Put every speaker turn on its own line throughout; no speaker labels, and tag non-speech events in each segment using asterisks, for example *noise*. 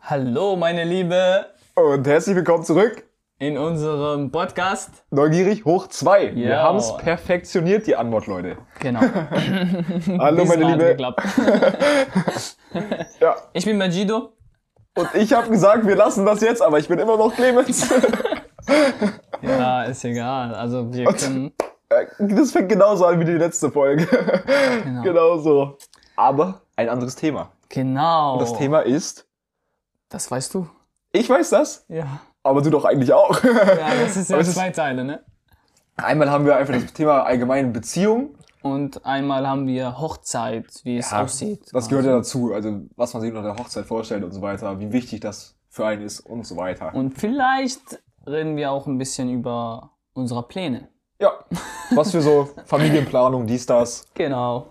Hallo, meine Liebe,
Und herzlich willkommen zurück.
in unserem Podcast.
Neugierig hoch 2. Wir
Ja.
haben es perfektioniert, die Antwort, Leute. *laughs*
Genau.
Hallo,
Diesmal
meine
hat's
Liebe.
geklappt.
*laughs* Ja.
Ich bin Majido.
Und ich habe gesagt, wir lassen das jetzt, aber ich bin immer noch
*laughs*
Clemens. Äh,
Ja, ist egal. Also wir können.
Das fängt genauso an wie die letzte Folge.
Genau.
Genauso. Aber ein anderes Thema.
Genau.
Das Thema ist,
Das weißt du.
ich weiß das,
Ja.
aber du doch eigentlich auch. *laughs*
Ja, das ist
Aber
ja
es ist-
zwei Teile, ne?
Einmal haben wir einfach das Thema allgemeine Beziehung.
Und einmal haben wir Hochzeit, wie es aussieht.
Das gehört ja dazu. Also, was man sich unter der Hochzeit vorstellt und so weiter, wie wichtig das für einen ist und so weiter.
Und vielleicht reden wir auch ein bisschen über unsere Pläne.
Ja, was für so Familienplanung, dies, das.
Genau.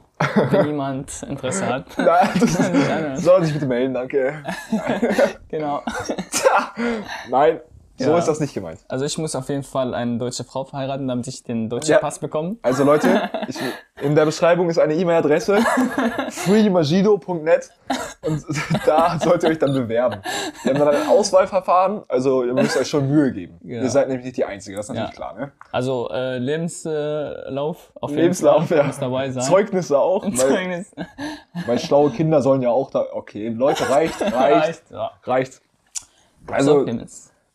Wenn jemand Interesse hat.
*laughs*
*laughs*
Na,
Gerne.
das soll sich bitte melden, danke.
Genau.
Nein, so
Ja.
ist das nicht gemeint.
Also ich muss auf jeden Fall eine deutsche Frau verheiraten, damit ich den deutschen
Ja.
Pass bekomme.
Also Leute, ich, in der Beschreibung ist
*laughs*
eine E-Mail-Adresse freemagido.net und da sollt ihr euch dann bewerben. Wir haben dann ein Auswahlverfahren, also ihr müsst euch schon Mühe geben.
Ja.
Ihr seid nämlich nicht die Einzige, das ist natürlich
Ja.
klar. Ne?
Also äh, Lebenslauf auf
Lebenslauf,
jeden Fall
ja.
muss dabei sein. *laughs*
Zeugnisse auch, weil,
Zeugnis.
weil schlaue Kinder sollen ja auch da... Okay,
*laughs*
Leute, reicht, reicht,
Ja.
reicht.
Also,
Also,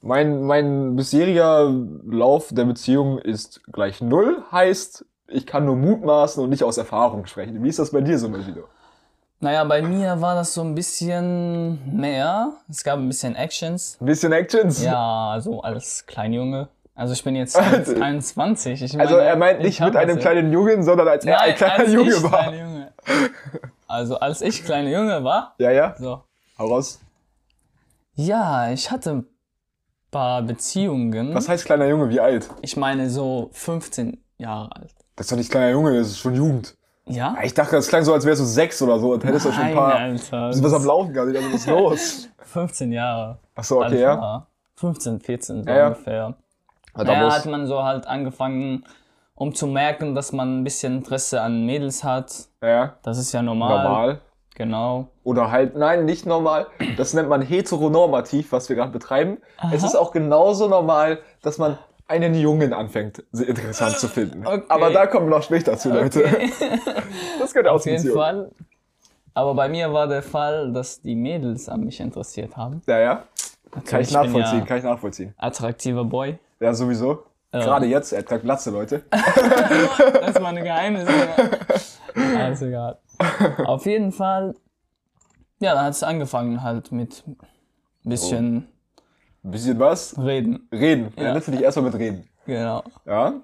Mein, mein bisheriger Lauf der Beziehung ist gleich null, heißt, ich kann nur mutmaßen und nicht aus Erfahrung sprechen. Wie ist das bei dir so, Magido?
naja, bei mir war das so ein bisschen mehr. Es gab ein bisschen Actions.
Ein bisschen Actions?
Ja, also so als Kleinjunge. Also ich bin
*laughs*
jetzt 21. Ich
Also
meine,
er meint
ich
nicht
hab
mit einem
es ja.
kleinen Jungen, sondern als er
Nein,
ein kleiner
als
Junge
ich
war.
Kleiner Junge. Also als ich kleiner Junge war,
Ja, ja.
so.
Heraus.
Ja, ich hatte ein paar Beziehungen.
Was heißt kleiner Junge? Wie alt?
Ich meine so 15 Jahre alt.
Das ist doch nicht kleiner Junge, das ist schon Jugend.
Ja?
Ja, Ich dachte, das klang so, als wärst du sechs oder so und hättest doch schon ein
Nein,
paar.
Alter.
Bist du was am Laufen gehabt? Also, was ist los?
15 Jahre.
Achso, okay,
alt
ja.
war. 15, 14 so
Ja, ja.
ungefähr.
ja da
Da
muss-
hat man so halt angefangen, um zu merken, dass man ein bisschen Interesse an Mädels hat.
ja, ja.
Das ist ja normal.
Normal.
Genau.
Oder halt, nein, nicht normal. Das nennt man heteronormativ, was wir gerade betreiben. Es ist auch genauso normal, dass man einen Jungen anfängt, sie interessant zu finden.
*laughs* Okay.
Aber da kommen wir noch später zu, Leute.
*laughs*
Das gehört aus
Auf jeden Fall. Aber bei mir war der Fall, dass die Mädels an mich interessiert haben.
Ja, ja. Kann
Natürlich,
ich,
bin
nachvollziehen,
Ja
kann ich nachvollziehen.
attraktiver Boy.
Ja, sowieso. Gerade jetzt, er trägt Glatze, Leute.
Das war eine
*laughs*
Geheimnis. Alles egal. Auf jeden Fall, ja, dann hat es angefangen halt mit ein bisschen
Ein bisschen was?
reden.
Reden. Ja.
Ja.
natürlich erstmal mit Reden.
Genau.
Ja?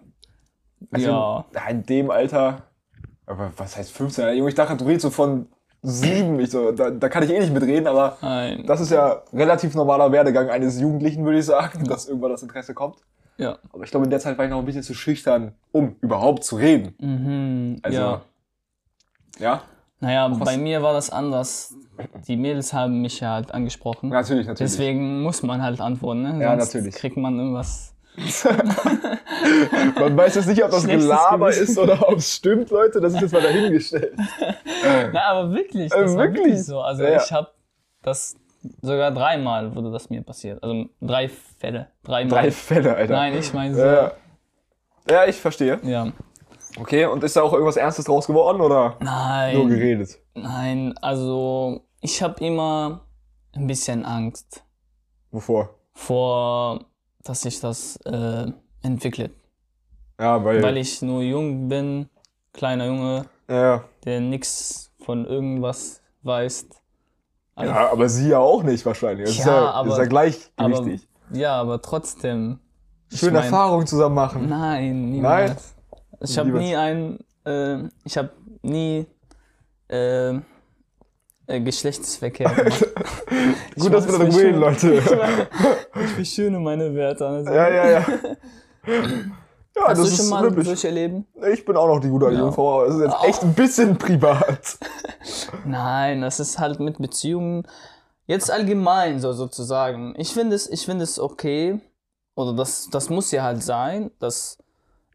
Also,
ja.
In dem Alter, aber was heißt 15? Junge, ich dachte, du redest so von sieben. Ich so, da, da kann ich eh nicht mitreden,
Ah.
aber
Nein.
Das ist ja relativ normaler Werdegang eines Jugendlichen, würde ich sagen, dass irgendwann das Interesse kommt.
Ja.
Aber ich glaube, in der Zeit war ich noch ein bisschen zu schüchtern, um überhaupt zu reden.
Mhm,
Also,
ja.
ja,
Naja, bei mir war das anders. Die Mädels haben mich ja halt angesprochen.
natürlich, natürlich.
Deswegen muss man halt antworten, ne? Sonst
Ja, natürlich.
kriegt man irgendwas.
Man weiß jetzt nicht, ob das
Schlechtes
Gelaber
Gewissen.
ist oder ob es stimmt, Leute. Das ist jetzt
*laughs*
mal dahingestellt.
Na, aber wirklich,
Äh,
das war
wirklich?
wirklich so. Also
Ja, ja.
ich habe das sogar dreimal wurde das mir passiert. Also drei Fälle. Dreimal.
Drei Fälle, Äh. Alter.
Nein, ich meine so.
Ja. ja, ich verstehe.
Ja.
Okay, und ist da auch irgendwas Ernstes draus geworden oder nur
Nein,
geredet?
nein, also ich habe immer ein bisschen Angst
Wovor?
vor, dass sich das äh, entwickelt.
Ja, weil.
Weil ich nur jung bin, kleiner Junge,
ja,
der nichts von irgendwas weiß. Also,
ja, aber sie ja auch nicht wahrscheinlich. Das ist
Ja,
ja,
aber-
ist ja
aber,
gleichgewichtig.
ja, aber trotzdem. ich
Schöne
mein-
Erfahrungen zusammen machen.
Nein, niemals. Ich habe
Niemals.
nie ein, äh, ich habe nie äh, äh,
*laughs*
Geschlechtsverkehr gemacht.
Gut, dass wir
weiß,
darüber
wie
reden,
schön-
Leute.
*laughs* Ich beschöne meine Werte. Also,
Ja, ja,
*laughs*
ja. Ja,
Hast
das
du schon
ist
mal
wirklich.
durcherleben?
Ich bin auch noch die gute alte
Ja.
Jungfrau, aber es ist jetzt
Au.
echt ein
*laughs*
bisschen privat.
Nein, das ist halt mit Beziehungen jetzt allgemein so sozusagen. Ich finde es, ich finde es okay oder das, das muss ja halt sein, dass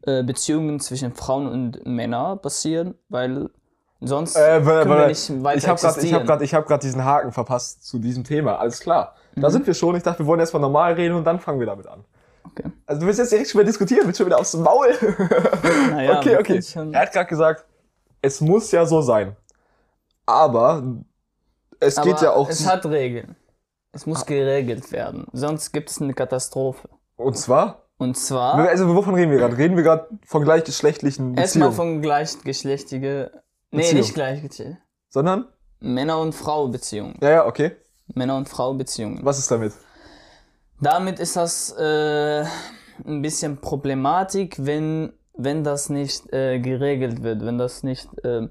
äh, Beziehungen zwischen Frauen und Männern passieren, weil Sonst
Äh, weil,
können wir
weil,
nicht weiter
ich habe gerade
existieren.
hab grad- ich hab grad diesen Haken verpasst zu diesem Thema. Alles klar.
Mhm.
Da sind wir schon. Ich dachte, wir wollen erstmal normal reden und dann fangen wir damit an.
Okay.
Also du willst jetzt direkt schon wieder diskutieren, willst schon wieder aufs Maul. *laughs*
Naja,
okay,
wir
okay.
können schon-
Er hat gerade gesagt, es muss ja so sein. Aber es
Aber
geht ja auch.
Es
zu-
hat Regeln. Es muss geregelt werden. Sonst gibt es eine Katastrophe.
und zwar?
Und zwar
Also wovon reden wir gerade? Reden wir gerade von gleichgeschlechtlichen
erstmal
Beziehungen,
von gleichgeschlechtige. Nee,
Beziehung.
nicht gleichgeschlechtige.
sondern?
Männer- und Frau-Beziehungen.
Ja, ja, okay.
Männer- und Frau-Beziehungen.
Was ist damit?
Damit ist das äh, ein bisschen Problematik, wenn, wenn das nicht äh, geregelt wird. Wenn das nicht. Äh,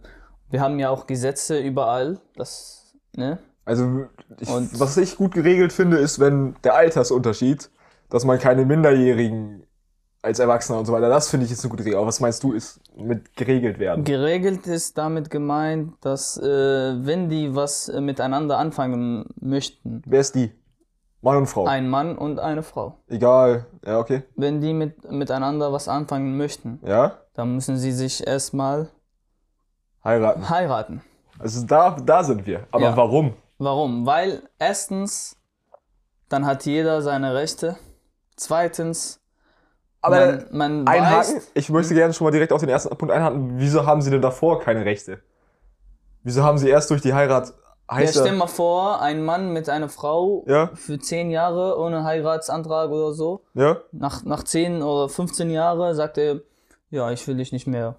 wir haben ja auch Gesetze überall. Das, ne?
Also, ich,
Und-
was ich gut geregelt finde, ist, wenn der Altersunterschied, dass man keine Minderjährigen als Erwachsener und so weiter, das finde ich jetzt eine gute Regel. Aber was meinst du, ist mit geregelt werden?
Geregelt ist damit gemeint, dass äh, wenn die was äh, miteinander anfangen möchten,
Wer ist die? Mann und Frau.
ein Mann und eine Frau,
Egal. Ja, okay.
wenn die mit, miteinander was anfangen möchten,
Ja?
dann müssen sie sich erstmal
Heiraten.
heiraten.
Also da, da sind wir. Aber
Ja.
warum?
Warum? Weil erstens, dann hat jeder seine Rechte. Zweitens,
Aber
man, man
einhaken,
weiß,
ich möchte gerne schon mal direkt auf den ersten Punkt einhaken. Wieso haben sie denn davor keine Rechte? Wieso haben sie erst durch die Heirat
ja,
heißt
stell mal vor, ein Mann mit einer Frau
Ja.
für zehn Jahre ohne Heiratsantrag oder so,
ja?
nach, nach 10 oder 15 Jahren sagt er, ja, ich will dich nicht mehr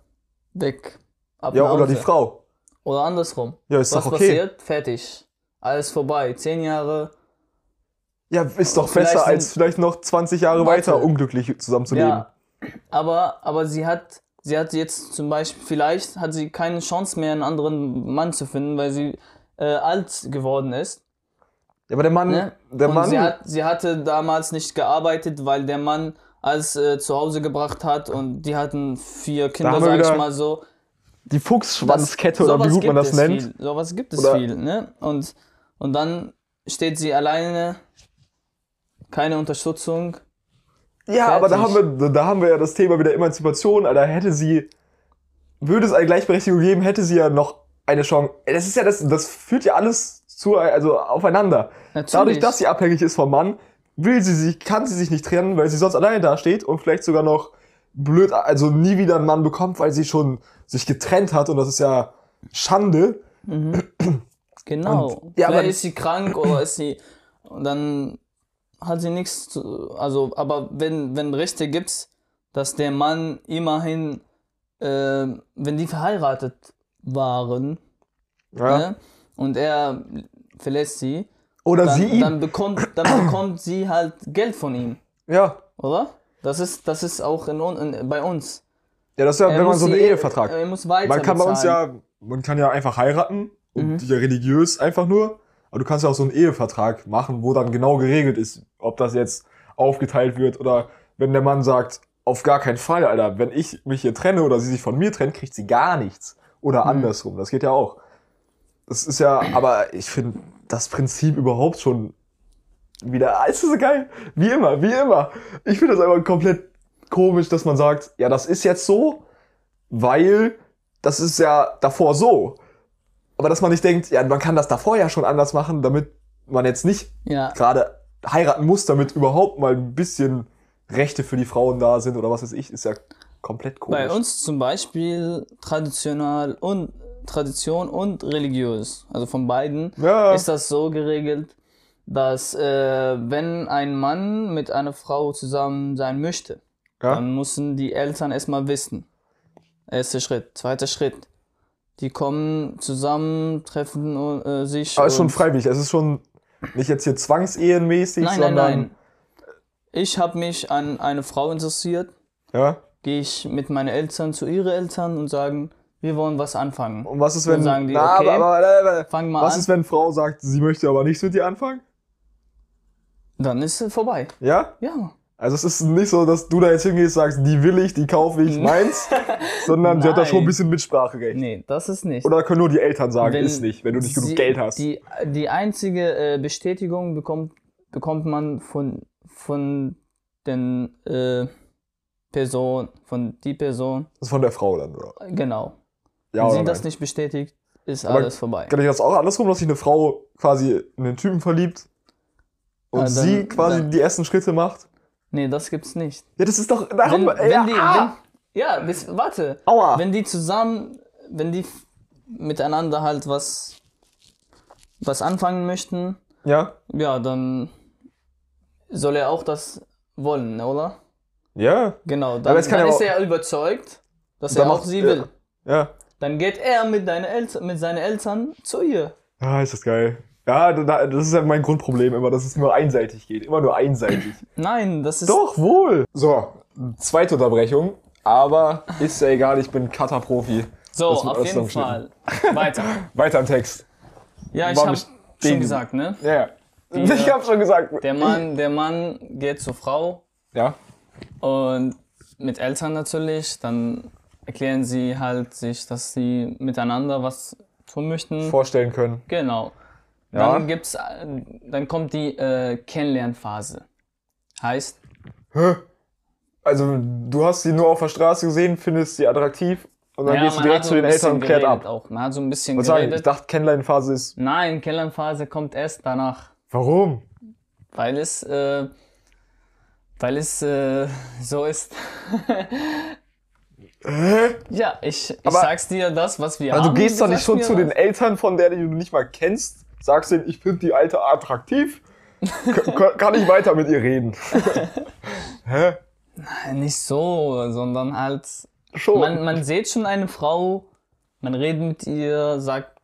weg. Ab
Ja,
nach
oder die
Hause.
Frau.
Oder andersrum.
Ja, ist
Was
doch okay.
passiert? Fertig. Alles vorbei. 10 Jahre.
Ja, ist doch
Vielleicht
besser,
sind-
als vielleicht noch 20 Jahre
Warte.
weiter unglücklich zusammenzuleben.
Ja. Aber, aber sie hat. Sie hat jetzt zum Beispiel, vielleicht hat sie keine Chance mehr, einen anderen Mann zu finden, weil sie äh, alt geworden ist.
Ja, aber der Mann,
Ne?
der
und
Mann,
sie, hat, sie hatte damals nicht gearbeitet, weil der Mann alles äh, zu Hause gebracht hat und die hatten vier Kinder,
haben wir
sag ich
wieder-
mal so.
die Fuchsschwanzkette
Das-
oder wie
sowas
gut
gibt
man das
es
nennt.
Viel. Sowas gibt es
Oder-
viel, ne? Und, und dann steht sie alleine, keine Unterstützung.
Ja, aber da
Fertig.
haben wir, da haben wir ja das Thema wieder Emanzipation, Alter. Hätte sie, würde es eine Gleichberechtigung geben, hätte sie ja noch eine Chance. Ey, Das ist ja das, das führt ja alles zu, also aufeinander.
Natürlich.
Dadurch, dass sie abhängig ist vom Mann, will sie sich, kann sie sich nicht trennen, weil sie sonst alleine dasteht und vielleicht sogar noch blöd, also nie wieder einen Mann bekommt, weil sie schon sich getrennt hat und das ist ja Schande.
Genau.
Und- ja,
Vielleicht
aber-
ist sie krank oder ist sie. Und dann hat sie nichts zu. Also, aber wenn, wenn Rechte gibt's, dass der Mann immerhin, äh, wenn die verheiratet waren, ne? Und er verlässt sie,
Oder sie
dann,
ihn.
dann bekommt, dann bekommt sie halt Geld von ihm.
ja.
Oder? Das ist, das ist auch in, un- in, bei uns.
Ja, das ist ja,
Er
wenn man
muss
so einen
sie- äh,
Ehevertrag.
Er muss weiter
man kann bei uns
bezahlen.
ja, man kann ja einfach heiraten und
Mhm.
ja religiös einfach nur. Aber du kannst ja auch so einen Ehevertrag machen, wo dann genau geregelt ist, ob das jetzt aufgeteilt wird oder wenn der Mann sagt, auf gar keinen Fall, Alter, wenn ich mich hier trenne oder sie sich von mir trennt, kriegt sie gar nichts. Oder andersrum, das geht ja auch. Das ist ja, aber ich finde das Prinzip überhaupt schon wieder, es ist so geil. Wie immer, wie immer. Ich finde das einfach komplett komisch, dass man sagt, ja, das ist jetzt so, weil das ist ja davor so. Aber dass man nicht denkt, ja, man kann das davor ja schon anders machen, damit man jetzt nicht
ja.
gerade heiraten muss, damit überhaupt mal ein bisschen Rechte für die Frauen da sind oder was weiß ich, ist ja komplett komisch.
Bei uns zum Beispiel traditional und Tradition und religiös, also von beiden,
Ja.
ist das so geregelt, dass äh, wenn ein Mann mit einer Frau zusammen sein möchte,
Ja.
dann müssen die Eltern erstmal wissen. Erster Schritt, zweiter Schritt. Die kommen zusammen, treffen äh, sich.
Aber ist schon
und-
freiwillig, es ist schon nicht jetzt hier zwangsehenmäßig,
Nein, nein,
sondern
nein. Ich habe mich an eine Frau interessiert,
ja.
gehe ich mit meinen Eltern zu ihren Eltern und sagen, wir wollen was anfangen.
Und was ist, wenn
Dann sagen die,
Na,
okay.
aber, aber, aber, aber,
Fang mal
was
an,
ist, wenn Frau sagt, sie möchte aber nichts mit dir anfangen?
dann ist es vorbei.
Ja?
Ja.
Also es ist nicht so, dass du da jetzt hingehst und sagst, die will ich, die kaufe
*laughs*
ich, meins, sondern sie hat da schon ein
Nein.
bisschen Mitspracherecht.
Nee, das ist nicht.
Oder können nur die Eltern sagen,
Wenn
ist nicht, wenn du nicht genug
sie-
Geld hast.
Die, die einzige äh, Bestätigung bekommt, bekommt man von, von den äh, Person, von die Person,
Das ist von der Frau dann, oder?
genau.
Ja
Wenn
oder
sie das
nein?
nicht bestätigt, ist
Aber
alles vorbei.
Kann ich das auch andersrum, dass sich eine Frau quasi in den Typen verliebt und
Ah, dann-
sie quasi
dann-
die ersten Schritte macht?
Nee, das gibt's nicht.
Ja, das ist doch. Da
Wenn,
haben wir, ja,
wenn die,
ah,
wenn, ja, bis, warte.
aua.
Wenn die zusammen, wenn die f- miteinander halt was, was anfangen möchten,
ja.
ja, dann soll er auch das wollen, ne, oder?
Ja.
Genau, dann,
es kann
dann
ja
ist
auch-
er ja überzeugt, dass
Dann
er auch
macht-
sie
ja.
will.
Ja.
Dann geht er mit, deine Eltern, mit seinen Eltern zu ihr.
Ah, ist das geil. Ja, da- da- das ist ja mein Grundproblem immer, dass es nur einseitig geht. Immer nur einseitig.
Nein, das ist.
Doch, wohl. So, zweite Unterbrechung. Aber ist ja egal, ich bin Cutter-Profi.
so,
das wird
auf
alles
jeden Fall.
zusammengeschnitten. *laughs*
Weiter.
Weiter im Text.
Ja, ich
War
habe
mich-
schon
den-
gesagt, ne?
Ja, ja. *laughs* Ich hab schon gesagt.
Der Mann, der Mann geht zur Frau
Ja.
und mit Eltern natürlich. Dann erklären sie halt sich, dass sie miteinander was tun möchten.
Vorstellen können.
Genau.
Ja.
Dann gibt's, äh, dann kommt die äh, Kennenlernphase. Heißt,
Also, du hast sie nur auf der Straße gesehen, findest sie attraktiv und dann
ja,
gehst du
man
direkt
hat
zu
so ein
den Eltern und
bisschen
klärt
geredet
ab.
Auch. Man hat so ein bisschen
Was sagen? Ich
geredet.
dachte, Kennenlernphase ist.
Nein, Kennenlernphase kommt erst danach,
Warum?
weil es, äh, weil es äh, so
*laughs*
ist. Ja, ich, ich
Aber-
sag's dir das, was wir
Also,
haben.
du gehst doch nicht
sagst
schon
mir
zu
das.
den Eltern von der, die du nicht mal kennst, sagst denen, ich finde die Alte attraktiv, k- k- *laughs* kann ich weiter mit
*laughs*
ihr reden. Hä?
Äh, Nicht so, sondern halt,
Schon.
man, man sieht schon eine Frau, man redet mit ihr, sagt,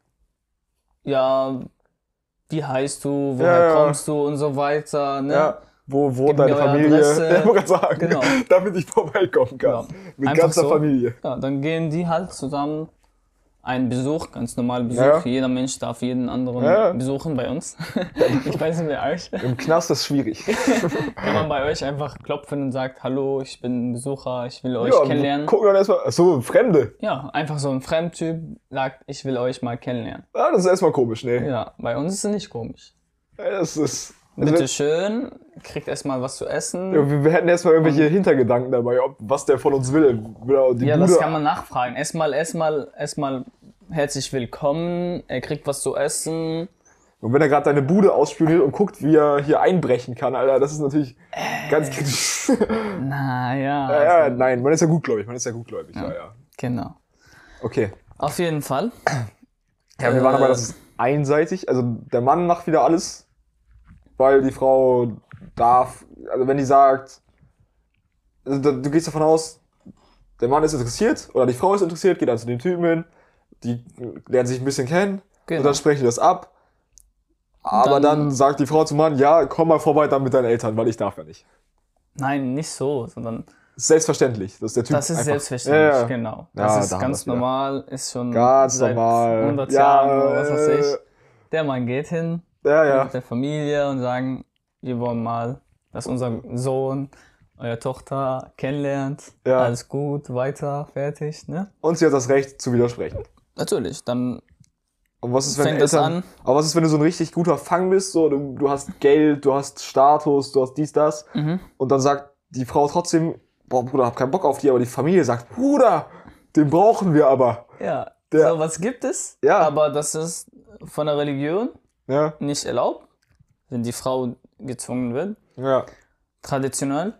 ja, wie heißt du, woher
Ja, ja.
kommst du und so weiter, ne?
Ja. Wo wohnt
Gib mir
deine
eure
Familie? *laughs*
Adresse.
Ja, ich wollte gerade sagen,
Genau.
damit ich vorbeikommen
Genau.
kann. Mit
Einfach
ganzer
so.
Familie.
Ja, dann gehen die halt zusammen einen Besuch, ganz normalen Besuch.
Ja.
Jeder Mensch darf jeden anderen
Ja.
besuchen bei uns. *laughs* ich weiß nicht, bei euch.
Im Knast ist schwierig.
Kann man bei euch einfach klopfen und sagt, hallo, ich bin ein Besucher, ich will euch kennenlernen.
Gucken dann erstmal. Achso, Fremde.
Ja, einfach so ein Fremdtyp sagt, ich will euch mal kennenlernen.
Ah, das ist erstmal komisch, ne?
Ja, bei uns ist es nicht komisch.
Das ist. Also
Bitte schön, kriegt erstmal was zu essen.
wir, wir- wir hätten erstmal irgendwelche Hintergedanken dabei, ob, was der von uns will. Will er die
Ja,
Bude
das kann man nachfragen. Erstmal, erstmal, erstmal herzlich willkommen. Er kriegt was zu essen.
Und wenn er gerade deine Bude ausspioniert und guckt, wie er hier einbrechen kann, Alter, das ist natürlich
Äh.
ganz kritisch. *laughs*
Naja.
ja, ja,
also,
nein, man ist ja gutgläubig, man ist ja gutgläubig, ja, ja.
Genau.
Okay.
Auf jeden Fall. Äh,
Ja, wir waren
Ähm.
aber, das ist einseitig. Also der Mann macht wieder alles, weil die Frau darf, also wenn die sagt, also da- du gehst davon aus, der Mann ist interessiert oder die Frau ist interessiert, geht dann zu dem Typen hin, die lernen sich ein bisschen kennen
Genau.
und dann sprechen die das ab. Aber
Dann-
dann, sagt die Frau zum Mann, ja, komm mal vorbei dann mit deinen Eltern, weil ich darf ja nicht.
Nein, nicht so, sondern
Ist selbstverständlich, dass der Typ
das ist
einfach-
selbstverständlich,
Ja, ja.
genau.
Ja,
Das ist
da haben
ganz
wir's wieder.
normal, ist schon
Ganz
seit
normal.
100
Ja,
Jahren oder was weiß
äh,
ich. Der Mann geht hin
Ja, ja.
mit der Familie und sagen, wir wollen mal, dass unser Sohn eure Tochter kennenlernt.
Ja.
Alles gut, weiter, fertig, ne?
Und sie hat das Recht zu widersprechen.
Natürlich, dann
Und was ist, wenn
Fängt das
Eltern,
an?
aber was ist, wenn du so ein richtig guter Fang bist, so du, du hast Geld, du hast Status, du hast dies, das
mhm.
und dann sagt die Frau trotzdem, boah Bruder, hab keinen Bock auf die, aber die Familie sagt, Bruder, den brauchen wir aber.
Ja,
Der-
so was gibt es,
Ja.
aber das ist von der Religion
Ja,
nicht erlaubt, wenn die Frau gezwungen wird.
ja,
Traditionell,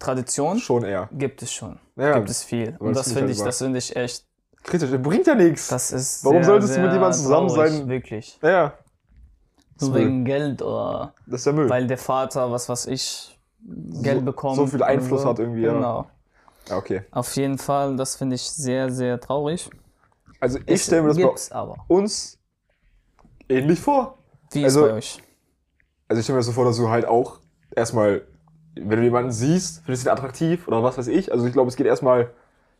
Tradition
schon eher.
gibt es schon,
Ja,
gibt es viel.
aber
Und das
das finde
finde
ich
ich,
halt
das finde ich echt,
Kritisch, das bringt ja nichts.
das ist
Warum
sehr,
solltest du mit
sehr
jemandem zusammen
traurig,
sein?
Wirklich,
ja,
nur
Müll.
wegen Geld oder
das ist ja Müll.
weil der Vater, was weiß ich, Geld
So-
bekommt.
so viel
oder
Einfluss hat irgendwie, ja.
Genau,
ja, okay.
auf jeden Fall, das finde ich sehr, sehr traurig.
Also ich stelle mir das
gibt's
bei
aber.
uns ähnlich vor.
Wie
Also-
ist bei euch?
Also ich stelle mir das so vor, dass du halt auch erstmal, wenn du jemanden siehst, findest du ihn attraktiv oder was weiß ich. Also ich glaube, es geht erstmal,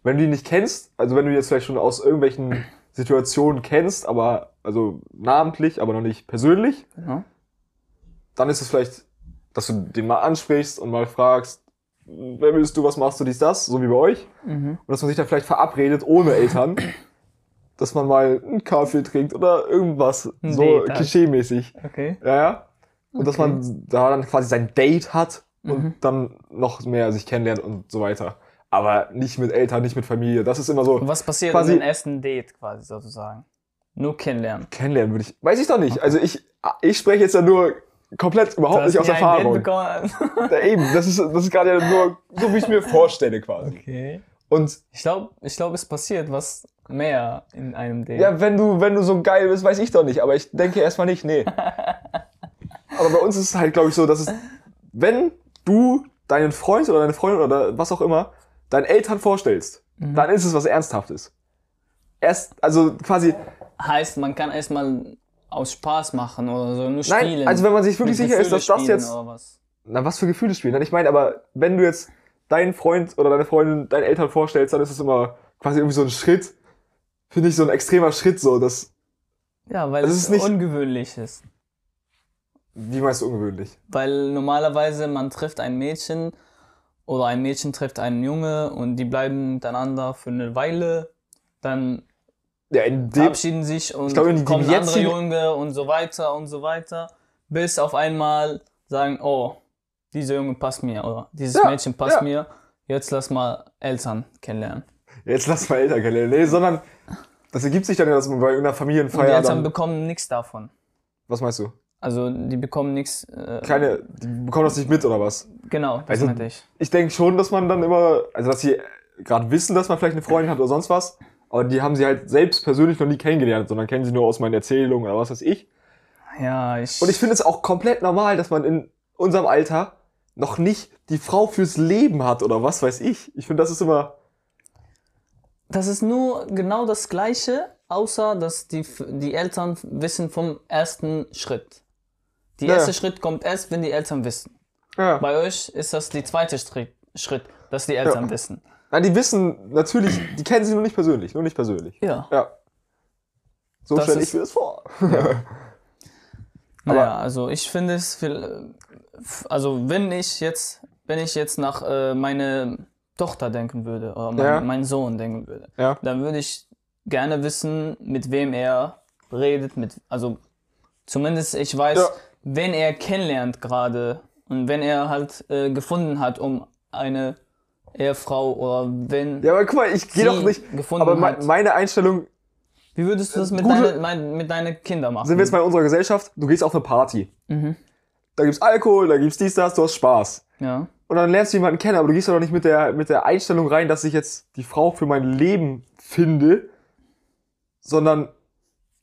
wenn du ihn nicht kennst, also wenn du ihn jetzt vielleicht schon aus irgendwelchen Situationen kennst, aber also namentlich, aber noch nicht persönlich,
Ja.
dann ist es vielleicht, dass du den mal ansprichst und mal fragst, wer bist du, was machst du, dies, das, so wie bei euch.
Mhm.
Und dass man sich dann vielleicht verabredet ohne Eltern, dass man mal einen Kaffee trinkt oder irgendwas,
Ein
so
Date halt.
klischeemäßig.
Okay.
Ja, ja. Und dass
Okay.
man da dann quasi sein Date hat und
Mhm.
dann noch mehr sich kennenlernt und so weiter. aber nicht mit Eltern, nicht mit Familie. Das ist immer so.
Was passiert
Quasi-
in dem ersten Date quasi sozusagen? Nur kennenlernen.
Kennenlernen würde ich. Weiß ich doch nicht. Also ich, ich spreche jetzt ja nur komplett
Du
überhaupt
hast
nicht aus
nie ein Date
Erfahrung.
*laughs* bekommen.
Ja, eben, das ist, das ist gerade ja nur so, wie ich mir vorstelle quasi.
Okay.
Und
Ich glaube, ich glaub, es passiert was mehr in einem Date.
ja, wenn du, wenn du so geil bist, weiß ich doch nicht, aber ich denke erstmal
*laughs*
nicht, nee. Aber bei uns ist es halt, glaube ich, so, dass es, wenn du deinen Freund oder deine Freundin oder was auch immer deinen Eltern vorstellst,
Mhm.
dann ist es was Ernsthaftes. Erst, also quasi,
Heißt, man kann erstmal aus Spaß machen oder so, nur
Nein,
spielen.
also wenn man sich wirklich
Mit
sicher ist, dass
Gefühle
das jetzt-
spielen oder was.
na, was für Gefühle spielen. Nein, Ich meine, aber wenn du jetzt deinen Freund oder deine Freundin deinen Eltern vorstellst, dann ist es immer quasi irgendwie so ein Schritt, finde ich, so ein extremer Schritt, so, dass,
Ja, weil
Also es
es
ist nicht-
ungewöhnlich ist.
wie meinst du ungewöhnlich?
Weil normalerweise man trifft ein Mädchen oder ein Mädchen trifft einen Junge und die bleiben miteinander für eine Weile, dann
Ja, in dem,
verabschieden sich und
Ich glaube, in dem
kommen andere
jetzigen-
Junge und so weiter und so weiter, bis auf einmal sagen, oh, dieser Junge passt mir oder dieses
Ja,
Mädchen passt
ja.
mir, jetzt lass mal Eltern kennenlernen.
jetzt lass mal Eltern kennenlernen. Nee, sondern das ergibt sich dann ja, dass man bei irgendeiner
Und die
Familienfeier
Eltern
dann,
bekommen nichts davon.
was meinst du?
Also die bekommen nichts. Äh,
Keine, die bekommen das nicht mit oder was?
Genau, das
Also-
meinte ich.
Ich denke schon, dass man dann immer, also dass sie gerade wissen, dass man vielleicht eine Freundin hat oder sonst was, aber die haben sie halt selbst persönlich noch nie kennengelernt, sondern kennen sie nur aus meinen Erzählungen oder was weiß ich.
Ja, ich.
Und ich finde es auch komplett normal, dass man in unserem Alter noch nicht die Frau fürs Leben hat oder was weiß ich. Ich finde, das ist immer.
Das ist nur genau das Gleiche, außer dass die, F- die Eltern wissen vom ersten Schritt. Der
Ja.
erste Schritt kommt erst, wenn die Eltern wissen.
Ja.
Bei euch ist das der zweite Stri- Schritt, dass die Eltern
Ja.
wissen.
Nein, die wissen natürlich, die kennen sie nur nicht persönlich, nur nicht persönlich.
Ja.
Ja. So
Das
stelle
ist-
ich mir das vor.
Naja, also ich finde es viel, äh, f- also wenn ich jetzt, wenn ich jetzt nach äh, meine Tochter denken würde oder mein,
Ja.
meinen Sohn denken würde,
Ja.
dann würde ich gerne wissen, mit wem er redet, mit, also zumindest ich weiß,
Ja.
wen er kennenlernt gerade und wenn er halt äh, gefunden hat, um eine Ehefrau oder wenn
Ja, aber guck mal, ich gehe
sie
doch nicht.
gefunden
Aber me
hat.
meine Einstellung,
Wie würdest du das mit,
Gute-
deine, mein, mit deinen Kindern machen?
sind wir jetzt mal in unserer Gesellschaft, du gehst auf eine Party.
Mhm.
Da gibt's Alkohol, da gibt's dies, das, du hast Spaß.
ja.
Und dann lernst du jemanden kennen, aber du gehst doch nicht mit der, mit der Einstellung rein, dass ich jetzt die Frau für mein Leben finde, sondern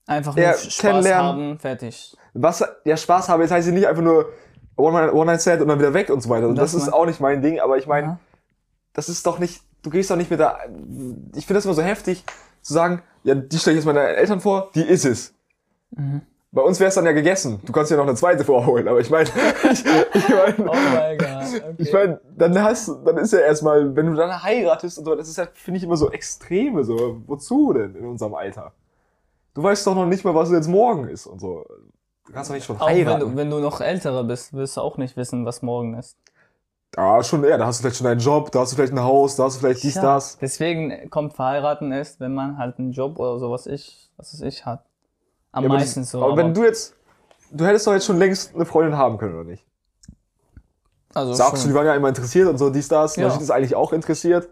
Einfach
Ja,
nur Spaß
kennenlernen.
haben, fertig.
was ja Spaß habe, jetzt heißt sie nicht einfach nur One-Night-Stand und dann wieder weg und so weiter. Und
Das
das ist
mein-
auch nicht mein Ding, aber ich meine,
Ja.
das ist doch nicht, du gehst doch nicht mit der, ich finde das immer so heftig, zu sagen, ja, die stelle ich jetzt meinen Eltern vor, die ist es.
Mhm.
Bei uns wäre es dann ja gegessen. Du kannst ja noch eine zweite vorholen, aber ich meine, *laughs* ich, ich meine,
Oh mein Gott. Okay.
ich mein, dann hast, dann ist ja erstmal, wenn du dann heiratest und so, das ist ja, finde ich immer so extreme, so, wozu denn in unserem Alter? Du weißt doch noch nicht mal, was jetzt morgen ist und so. Du kannst doch nicht schon
auch wenn
heiraten.
du, wenn du noch älterer bist, wirst du auch nicht wissen, was morgen ist.
Ja, schon eher. Da hast du vielleicht schon einen Job, da hast du vielleicht ein Haus, da hast du vielleicht dies,
Ja,
das.
Deswegen kommt verheiraten erst, wenn man halt einen Job oder sowas ich, was es ich hat. Am
Ja, aber
meisten
das-
so.
Aber wenn du jetzt, du hättest doch jetzt schon längst eine Freundin haben können, oder nicht?
also
Sagst du,
schon.
die waren ja immer interessiert und so, dies, das.
Ja.
Ja. ist eigentlich auch interessiert.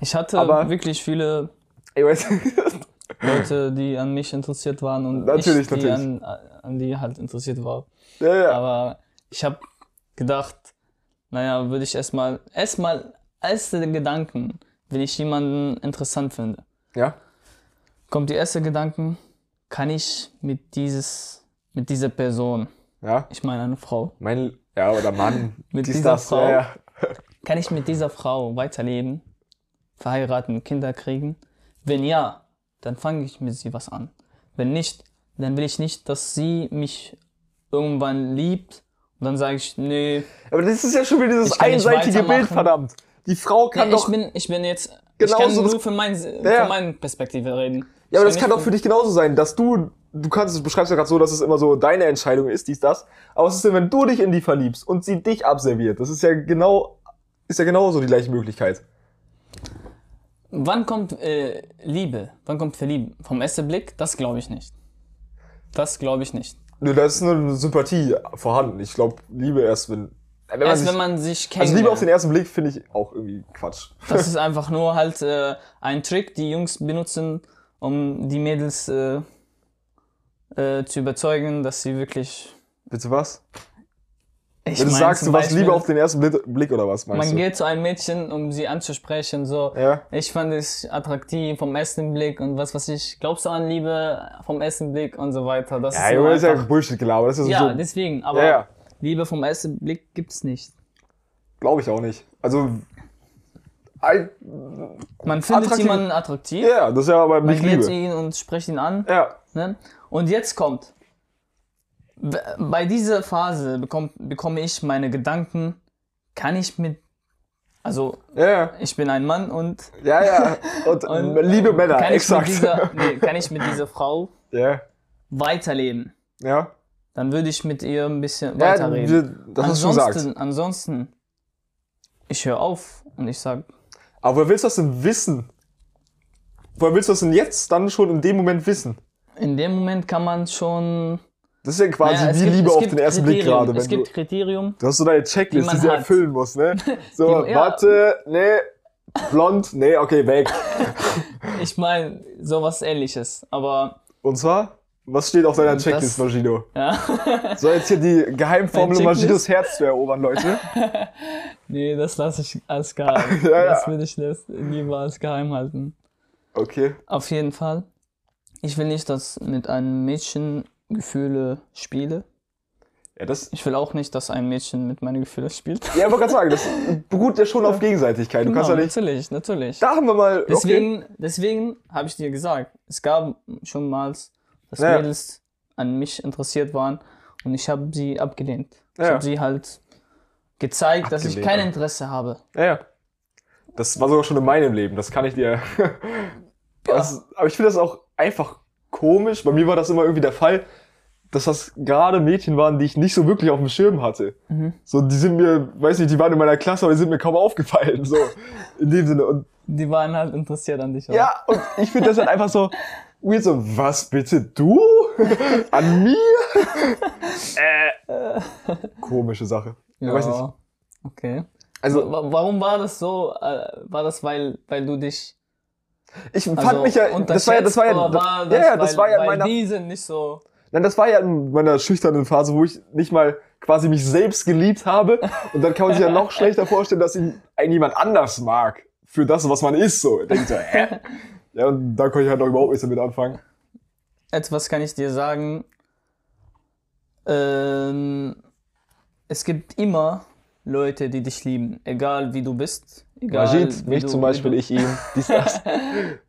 Ich hatte
aber-
wirklich viele
Ich weiß, *laughs*
Leute, die an mich interessiert waren und
Natürlich,
ich, die
natürlich.
An, an die halt interessiert war.
ja, ja.
Aber ich habe gedacht, naja, würde ich erstmal, erstmal, erste Gedanken, wenn ich jemanden interessant finde,
ja.
kommt die erste Gedanken, kann ich mit dieses, mit dieser Person,
Ja.
ich meine eine Frau,
Mein, ja, oder Mann.
*laughs* Mit
dies,
dieser
das.
Frau.
Ja, ja.
kann ich mit dieser Frau weiterleben, verheiraten, Kinder kriegen? Wenn ja, dann fange ich mit sie was an. Wenn nicht, dann will ich nicht, dass sie mich irgendwann liebt und dann sage ich, nee,
Aber das ist ja schon wieder dieses
Ich kann nicht
einseitige Bild,
weitermachen.
verdammt. Die Frau kann
Ja,
doch,
ich, bin, ich bin jetzt.
Genau
ich kann
so-
nur für, mein,
ja.
für meine Perspektive reden.
ja, aber
Ich
das kann
nicht
doch für dich genauso sein, dass du, du kannst, du beschreibst ja gerade so, dass es immer so deine Entscheidung ist, dies, das. Aber was ist denn, wenn du dich in die verliebst und sie dich abserviert? Das ist ja genau, ist ja genauso die gleiche Möglichkeit.
Wann kommt äh, Liebe? Wann kommt Verlieben? Vom ersten Blick? Das glaube ich nicht. Das glaube ich nicht.
Nö, da ist nur eine Sympathie vorhanden. Ich glaube, Liebe erst, wenn Wenn man
Erst
sich,
wenn man sich kennt.
also Liebe auf den ersten Blick finde ich auch irgendwie Quatsch.
Das ist einfach nur halt äh, ein Trick, die Jungs benutzen, um die Mädels äh, äh, zu überzeugen, dass sie wirklich.
Bitte was?
Ich
Wenn du
mein,
sagst, du
zum
warst
Beispiel,
Liebe auf den ersten Blit- Blick oder was meinst
Man
du?
geht zu einem Mädchen, um sie anzusprechen, so.
Ja.
Ich fand dich attraktiv vom ersten Blick und was weiß ich. Glaubst du an Liebe vom ersten Blick und so weiter? Das
Ja,
ist,
Junge,
nur
das ist ja
einfach,
Bullshit gelabert. Das ist
ja,
so,
deswegen. Aber
ja, ja.
Liebe vom ersten Blick gibt's nicht.
glaube ich auch nicht. Also, I,
Man findet
Attraktiv-
jemanden attraktiv,
ja, das ist ja aber
man
nicht
geht
Liebe.
zu ihm und spricht ihn an.
Ja,
Ne? Und jetzt kommt, b- bei dieser Phase bekomm, bekomme ich meine Gedanken, kann ich mit, also
ja,
ich bin ein Mann und
ja, ja.
*laughs*
Und,
Und, äh,
liebe Männer,
kann, ich mit
exakt.
dieser, nee, kann ich mit dieser Frau
*laughs* ja,
weiterleben?
ja.
Dann würde ich mit ihr ein bisschen
ja
weiterreden.
wir, das hast du schon gesagt.
ansonsten, ansonsten, ich höre auf und ich sage,
Aber woher willst du das denn wissen? Woher willst du das denn jetzt dann schon in dem Moment wissen?
in dem Moment kann man schon.
Das ist ja quasi
Naja, es
wie
gibt-
Also Liebe
es
auf
gibt
den ersten Blick
Kriterium.
gerade.
Es
Wenn du,
gibt Kriterium.
du hast so deine Checklist,
Die
die,
man
du
hat.
erfüllen
*laughs*
musst, ne? So,
Die- ja.
warte, ne, blond, ne, okay, weg.
Ich meine, sowas ähnliches. Aber
Und zwar, was steht auf deiner
Das-
Checklist, Magino?
ja.
*laughs* So, jetzt hier die Geheimformel, um
Mein Checklist?
Maginos Herz zu erobern, Leute.
Nee, das lasse ich
*laughs*
als geheim.
Ja, ja.
Das würde ich das lieber als geheim halten.
Okay.
Auf jeden Fall. Ich will nicht, dass mit einem Mädchen Gefühle spiele.
Ja, das.
Ich will auch nicht, dass ein Mädchen mit meinen Gefühlen spielt.
Ja, aber kann sagen, das beruht ja Genau. schon auf Gegenseitigkeit.
*laughs*
Du kannst ja nicht.
natürlich, natürlich.
Da haben wir mal. okay.
Deswegen, deswegen habe ich dir gesagt, es gab schon mal, dass
Ja.
Mädels an mich interessiert waren und ich habe sie abgelehnt. Ich
Ja.
habe sie halt gezeigt, dass ich
Abgelehnt,
kein
ja.
Interesse habe.
Ja, ja. Das war sogar schon in meinem Leben, das kann ich dir. Das, aber ich finde das auch einfach komisch. Bei mir war das immer irgendwie der Fall, dass das gerade Mädchen waren, die ich nicht so wirklich auf dem Schirm hatte.
Mhm.
So, die sind mir, weiß nicht, die waren in meiner Klasse, aber die sind mir kaum aufgefallen. So, in dem Sinne. Und
Die waren halt interessiert an dich. oder?
ja, und ich finde das halt einfach so weird, so, was bitte du? *laughs* An mir? äh, komische Sache. Ja. Weiß nicht.
Okay.
Also,
Wa- Warum war das so? Äh, War das, weil, weil du dich
ich fand
also
mich ja, das war ja, das war ja,
unterschätzt, oder war
ja, ja,
weil,
das war ja in
weil
meiner
die sind nicht so.
Nein, das war ja in meiner schüchternen Phase, wo ich nicht mal quasi mich selbst geliebt habe. Und dann kann man sich ja noch schlechter vorstellen, dass ihn einen jemand anders mag. Für das, was man ist, so. Ich denke so, hä? Ja, und da konnte ich halt noch überhaupt nichts damit anfangen.
Etwas kann ich dir sagen. Ähm, es gibt immer Leute, die dich lieben, egal wie du bist, egal
Majid,
wie
mich
du,
zum Beispiel,
wie
ich ihn, dies, das.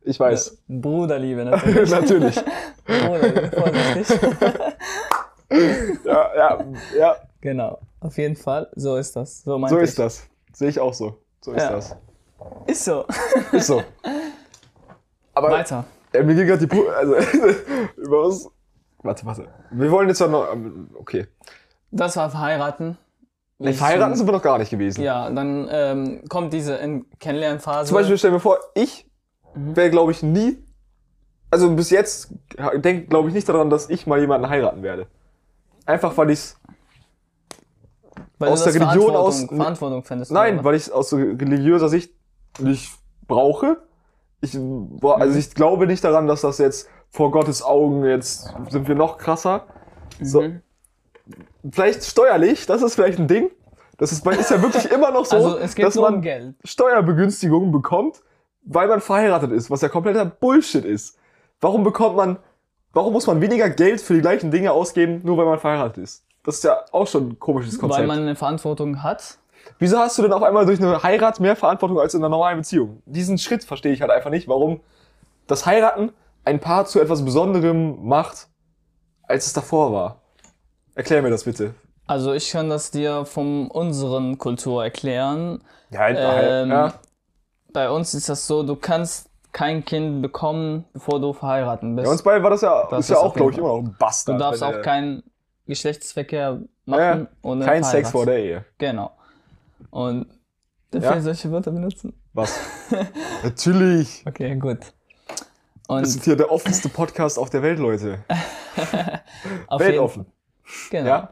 Ich weiß.
du, Bruderliebe natürlich.
*laughs* Natürlich. *laughs*
Bruderliebe, vorsichtig.
Ja, ja, ja,
genau. Auf jeden Fall, so ist das. So, meinte
so ist
ich.
das. Sehe ich auch so. So ist
Ja.
das.
Ist so.
Ist so. Aber
Weiter.
Ja, mir ging gerade die Pu also *laughs* über uns. Warte, warte. Wir wollen jetzt ja noch. ähm, Okay.
Das war verheiraten.
Nee, verheiraten sind wir noch gar nicht gewesen.
Ja, dann ähm, kommt diese In- Kennenlernphase.
Zum Beispiel, stell mir vor, ich
Mhm.
wäre, glaube ich, nie. Also bis jetzt denke, glaube ich, nicht daran, dass ich mal jemanden heiraten werde. Einfach weil ich's.
weil du
aus
das
der Religion aus-
Verantwortung, Verantwortung fändest.
Nein,
oder?
weil ich es aus so religiöser Sicht nicht brauche. Ich, boah,
Mhm.
also ich glaube nicht daran, dass das jetzt vor Gottes Augen jetzt sind wir noch krasser. So.
Mhm.
Vielleicht steuerlich, das ist vielleicht ein Ding. Das ist, bei- ist
*laughs*
ja wirklich immer noch so,
also es geht
dass
nur um
man
Geld.
Steuerbegünstigungen bekommt, weil man verheiratet ist, was ja kompletter Bullshit ist. Warum bekommt man, warum muss man weniger Geld für die gleichen Dinge ausgeben, nur weil man verheiratet ist? Das ist ja auch schon ein komisches Konzept.
Weil man eine Verantwortung hat.
Wieso hast du denn auf einmal durch eine Heirat mehr Verantwortung als in einer normalen Beziehung? Diesen Schritt verstehe ich halt einfach nicht, warum das Heiraten ein Paar zu etwas Besonderem macht, als es davor war. Erklär mir das bitte.
Also ich kann das dir von unseren Kultur erklären.
Ja, halt,
Ähm,
ja.
Bei uns ist das so, du kannst kein Kind bekommen, bevor du verheiratet bist.
Bei uns beiden war das ja,
Das
ist ja
ist
auch,
auf
glaube ich,
jeden
immer noch ein Bastard.
du darfst
wenn
auch
er-
keinen Geschlechtsverkehr
Ja,
machen
ja.
ohne
kein Sex
verheiratet.
vor der Ehe.
Genau. Und dafür
Ja.
solche Wörter benutzen? *laughs*
Was? Natürlich.
Okay, gut.
Das
Und
ist hier der offenste Podcast auf der Welt, Leute.
auf jeden
Weltoffen.
Genau.
Ja.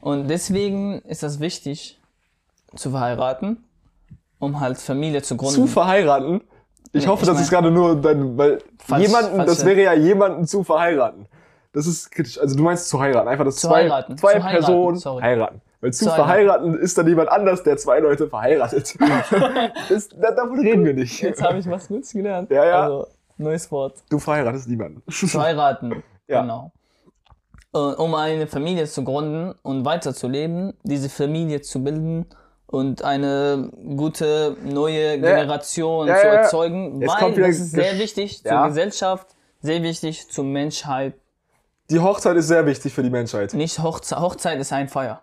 Und deswegen ist das wichtig, zu verheiraten, um halt Familie zu gründen.
Zu verheiraten? Ich
Nee,
hoffe,
ich
das ist gerade nur dein, weil
Falsch-
jemanden, das
falsche-
wäre ja jemanden zu verheiraten. Das ist kritisch. Also du meinst zu heiraten, einfach das
Zu
zwei,
heiraten,
zwei
zu heiraten,
Personen
sorry.
heiraten. Weil zu,
Zu
verheiraten ist dann jemand anders, der zwei Leute
*laughs*
verheiratet. das, da, davon reden wir nicht.
Jetzt habe ich was Gutes gelernt.
Ja, ja.
Also, neues Wort.
Du verheiratest niemanden.
Zu heiraten.
*laughs* Ja.
Genau. Äh, Um eine Familie zu gründen und weiterzuleben, diese Familie zu bilden und eine gute neue Generation
Ja,
zu
ja, ja.
erzeugen,
Jetzt
weil
kommt wieder
das ist sehr
Gesch-
wichtig
Ja.
zur Gesellschaft, sehr wichtig zur Menschheit.
Die Hochzeit ist sehr wichtig für die Menschheit.
Nicht Hochzeit, Hochzeit ist ein Feier.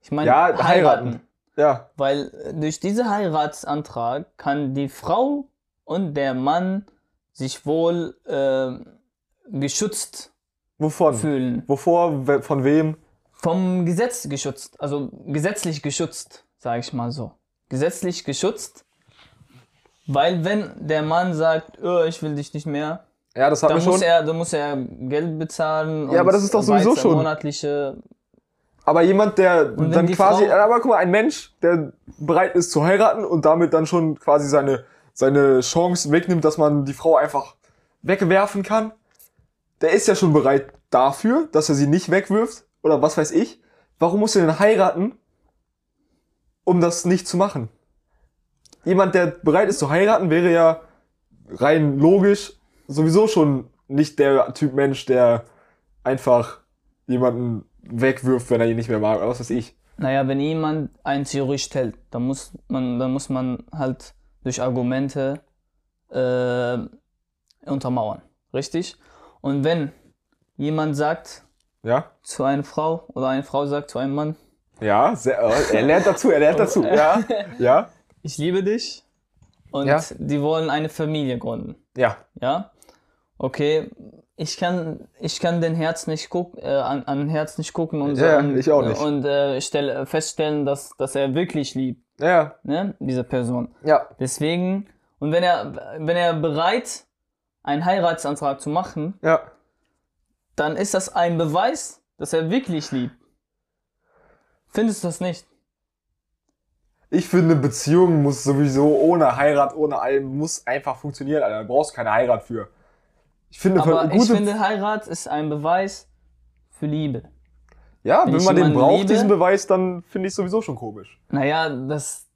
Ich meine,
Ja,
heiraten.
heiraten. Ja,
Weil äh, durch diesen Heiratsantrag kann die Frau und der Mann sich wohl ähm, geschützt
wovon?
fühlen.
Wovor, we- von wem?
Vom Gesetz geschützt, also gesetzlich geschützt, sage ich mal so. Gesetzlich geschützt, weil wenn der Mann sagt, "Ö, ich will dich nicht mehr,
Ja, das hatten
dann
wir schon.
muss, er, dann muss er Geld bezahlen.
Ja, aber das ist doch sowieso
weiter
schon.
Monatliche,
Aber jemand, der
wenn
dann
die
quasi,
Frau-
aber guck mal, ein Mensch, der bereit ist zu heiraten und damit dann schon quasi seine, seine Chance wegnimmt, dass man die Frau einfach wegwerfen kann, der ist ja schon bereit dafür, dass er sie nicht wegwirft oder was weiß ich. Warum muss er denn heiraten, um das nicht zu machen? Jemand, der bereit ist zu heiraten, wäre ja rein logisch sowieso schon nicht der Typ Mensch, der einfach jemanden wegwirft, wenn er ihn nicht mehr mag, oder was weiß ich.
naja, wenn jemand eine Theorie stellt, dann muss man, dann muss man halt durch Argumente äh, untermauern. Richtig? Und wenn jemand sagt
Ja?
zu einer Frau oder eine Frau sagt zu einem Mann,
Ja, sehr, äh, er lernt dazu, er lernt dazu. Ja, ja,
ich liebe dich und
Ja.
die wollen eine Familie gründen.
ja.
Ja? Okay, ich kann, ich kann den Herz nicht guck, äh, an, an Herz nicht gucken und, so
Ja,
und,
ich auch nicht.
und äh, stell, feststellen, dass, dass er wirklich liebt,
Ja,
ne, diese Person.
ja.
Deswegen, und wenn er, wenn er bereit, einen Heiratsantrag zu machen,
Ja,
dann ist das ein Beweis, dass er wirklich liebt. Findest du das nicht?
Ich finde, Beziehung muss sowieso ohne Heirat, ohne allem, muss einfach funktionieren, Alter. Da brauchst du keine Heirat für. Ich finde, für
Aber
eine
ich
gute-
finde, Heirat ist ein Beweis für Liebe.
ja,
wenn
wenn
ich
man den
jemanden
braucht,
liebe-
diesen Beweis, dann finde ich sowieso schon komisch.
Naja, das.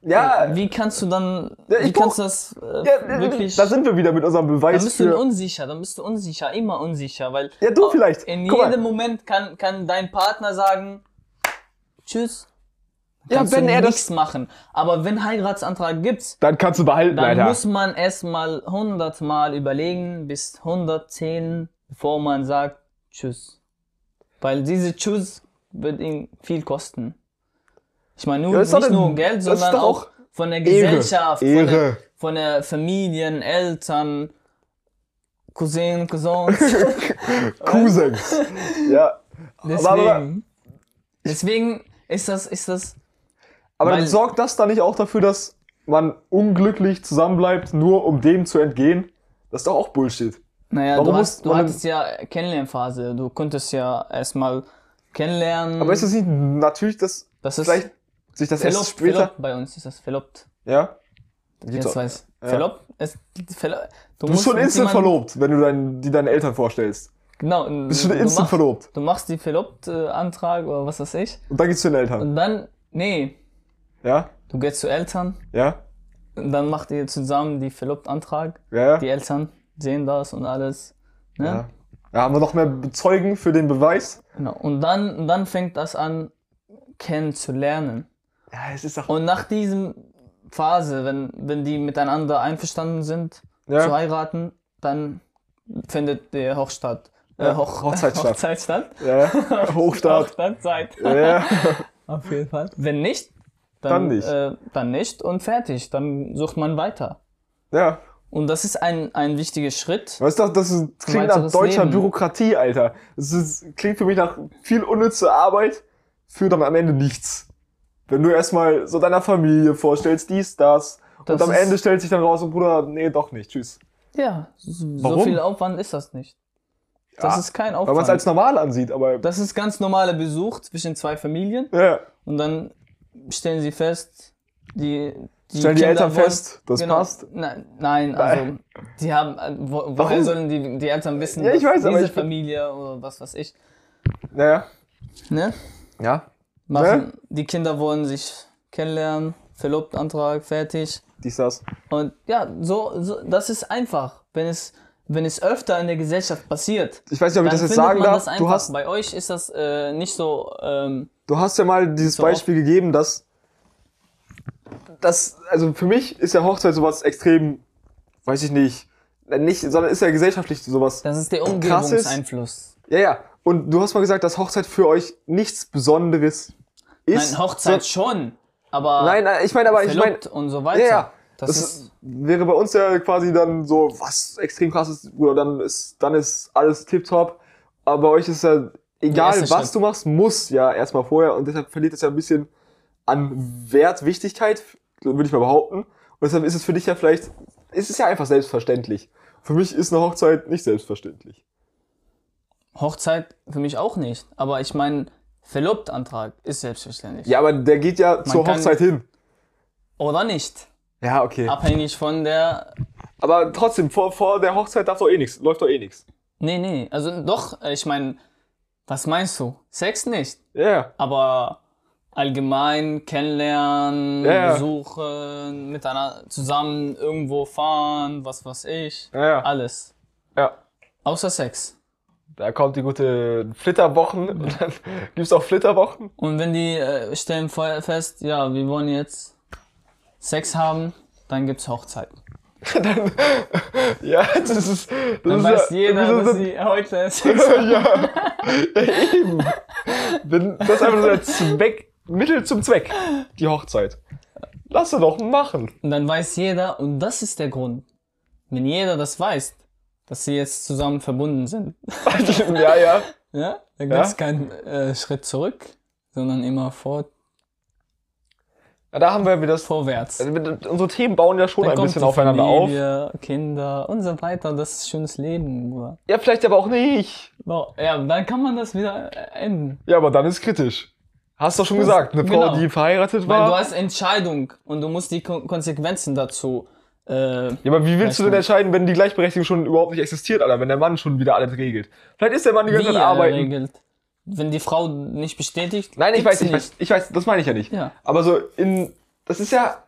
Ja,
Wie kannst du dann.
Ja, ich
wie kannst du das äh,
ja
wirklich.
da sind wir wieder mit unserem
dann
Beweis
bist du
für.
unsicher, dann bist du unsicher, immer unsicher, weil.
Ja, du
au-
vielleicht.
In
Guck mal.
jedem Moment kann, kann dein Partner sagen: Tschüss.
Ja,
kannst
wenn
du
er das-
nichts machen. Aber wenn Heiratsantrag gibt,
Dann kannst du behalten,
dann
Alter.
muss man erstmal 100 Mal überlegen, bis 110, bevor man sagt Tschüss. Weil diese Tschüss wird ihn viel kosten. Ich meine, nur,
Ja, ist
nicht
doch eine-
nur Geld,
das ist
sondern
doch
auch
auch
von der
Ehre.
Gesellschaft, Von,
Ehre.
der, von der Familien, Eltern, Cousin,
*laughs*
Cousins.
Cousins. ja.
Deswegen,
aber-
deswegen ist das, ist das,
Aber dann
Weil-
sorgt das dann nicht auch dafür, dass man unglücklich zusammenbleibt, nur um dem zu entgehen? Das ist doch auch Bullshit.
naja,
Warum
du,
muss
hast, du
man-
hattest ja Kennenlernphase, du konntest ja erstmal kennenlernen.
Aber ist es nicht natürlich, dass
Mhm. Das ist
vielleicht sich das
verlobt,
erst später.
verlobt bei uns ist das verlobt.
Ja? Gibt's
Jetzt
auch.
weiß.
Ja.
Verlobt ist verlo du,
Du bist schon
mit
instant
jemandem-
verlobt, wenn du dein, die deinen Eltern vorstellst.
Genau,
Du bist schon
du,
instant
machst,
verlobt.
du machst die verlobt äh, Antrag oder was weiß ich
Und dann gehst du zu den Eltern.
und dann nee,
Ja?
du gehst zu Eltern
Ja?
und dann macht ihr zusammen die verlobt Antrag.
Ja?
Die
Ja?
Eltern sehen das und alles, ne?
ja. ja haben wir noch mehr Zeugen für den Beweis?
Genau. Und dann und dann fängt das an kennenzulernen.
Ja, es ist doch.
Und nach diesem Phase, wenn wenn die miteinander einverstanden sind, zu
Ja.
heiraten, dann findet der Hochstadt,
Ja,
äh, Hoch, *laughs*
Hochzeit statt.
Hochzeit statt. *laughs*
ja. Hochstart.
Hochzeitszeit.
ja.
Auf jeden Fall. Wenn nicht,
Dann
dann,
nicht.
Äh, dann nicht und fertig. Dann sucht man weiter.
ja.
Und das ist ein, ein wichtiger Schritt.
Weißt du, das ist, klingt nach
weiteres
deutscher
Leben.
Bürokratie, Alter. Das ist, klingt für mich nach viel unnütze Arbeit, führt dann am Ende nichts. Wenn du erstmal so deiner Familie vorstellst, dies, das,
Das
und am
ist-
Ende stellt sich dann raus, oh, Bruder, nee, doch nicht, tschüss.
Ja, so
Warum?
so viel Aufwand ist das nicht. Das
Ja,
ist kein
Weil man es
Aufwand.
als normal ansieht, aber
das ist ganz normaler Besuch zwischen zwei Familien
ja,
und dann stellen sie fest, die, die
Stellen die
Kinder
Eltern
wollen-
fest, das
genau,
passt.
Nein, nein, also die haben, äh, wo, woher
Warum?
sollen die, die Eltern wissen,
Ja, ich
dass
weiß, aber
diese
ich-
Familie oder was weiß ich,
Naja.
ne?
Ja.
Machen, Die Kinder wollen sich kennenlernen, Verlobtantrag, fertig.
Dies, das.
Und ja, so, so das ist einfach. Wenn es, wenn es öfter in der Gesellschaft passiert,
Ich weiß nicht, ob ich
dann
das jetzt
findet
sagen
man
darf.
das einfach.
Du hast,
Bei euch ist das äh, nicht so, ähm,
du hast ja mal dieses
So
Beispiel gegeben, dass das, also für mich ist ja Hochzeit sowas extrem, weiß ich nicht, nicht, sondern ist ja gesellschaftlich sowas.
das ist der
Krass ist-
Umgebungseinfluss.
Ja, ja. Und du hast mal gesagt, dass Hochzeit für euch nichts Besonderes ist.
Nein, Hochzeit schon, aber
So, nein, nein, ich meine, aber ich meine,
verlobt und so weiter.
Ja, ja.
Das,
das
ist,
wäre bei uns ja quasi dann so, was extrem krass ist, Bruder, dann ist, dann ist alles tipptopp. Aber bei euch ist ja egal,
erste
was
Schritt.
du machst, muss ja erstmal vorher und deshalb verliert es ja ein bisschen an Wert, Wichtigkeit, würde ich mal behaupten. Und deshalb ist es für dich ja vielleicht, ist es ja einfach selbstverständlich. Für mich ist eine Hochzeit nicht selbstverständlich.
Hochzeit für mich auch nicht. Aber ich meine, Verlobtantrag ist selbstverständlich.
Ja, aber der geht ja zur
kann-
Hochzeit hin.
Oder nicht.
Ja, okay.
Abhängig von der.
Aber trotzdem, vor, vor der Hochzeit darf doch eh nichts, läuft doch eh nichts.
Nee, nee. Also doch, ich meine, was meinst du? Sex nicht.
Ja, yeah.
Aber allgemein kennenlernen,
Ja, ja.
besuchen, miteinander zusammen irgendwo fahren, was weiß ich.
ja, ja.
Alles.
ja.
Außer Sex.
Da kommt die gute Flitterwochen
*laughs*
und dann gibt's auch Flitterwochen.
Und wenn die äh, stellen vorher fest, ja, wir wollen jetzt Sex haben, dann gibt's Hochzeit.
dann, ja, *laughs* das ist. Das
Dann
ist
weiß
ja,
jeder,
wieso
dass
sind-
sie heute
*laughs*
Sex haben. *laughs*
ja, eben. Wenn- Das ist einfach so der Zweck, Mittel zum Zweck. Die Hochzeit. Lass sie doch machen. *laughs*
Und dann weiß jeder, und das ist der Grund. Wenn jeder das weiß, dass sie jetzt zusammen verbunden sind,
ja, ja.
ja, dann
Ja.
gibt's keinen äh, Schritt zurück, sondern immer vor,
ja. Da haben wir wieder das.
vorwärts.
Also wir- unsere Themen bauen ja schon
Dann
ein
kommt
bisschen
die
aufeinander auf.
Familie, Kinder und so weiter. Das ist schönes Leben. Bruder.
Ja, vielleicht aber auch nicht.
Wow. Ja, dann kann man das wieder äh, enden.
Ja, aber dann ist kritisch. Hast du schon gesagt, eine Frau,
Genau.
die verheiratet
Weil
war.
du hast Entscheidung und du musst die Kon Konsequenzen dazu. Äh,
Ja, aber wie willst du
Weißt
denn
du?
entscheiden, wenn die Gleichberechtigung schon überhaupt nicht existiert, Alter? Wenn der Mann schon wieder alles regelt. Vielleicht ist der Mann die ganze
wie,
Zeit
äh,
arbeiten.
regelt. Wenn die Frau nicht bestätigt.
Nein, ich
gibt's
weiß, ich weiß, ich weiß, das meine ich ja nicht.
Ja.
Aber so in, das ist ja,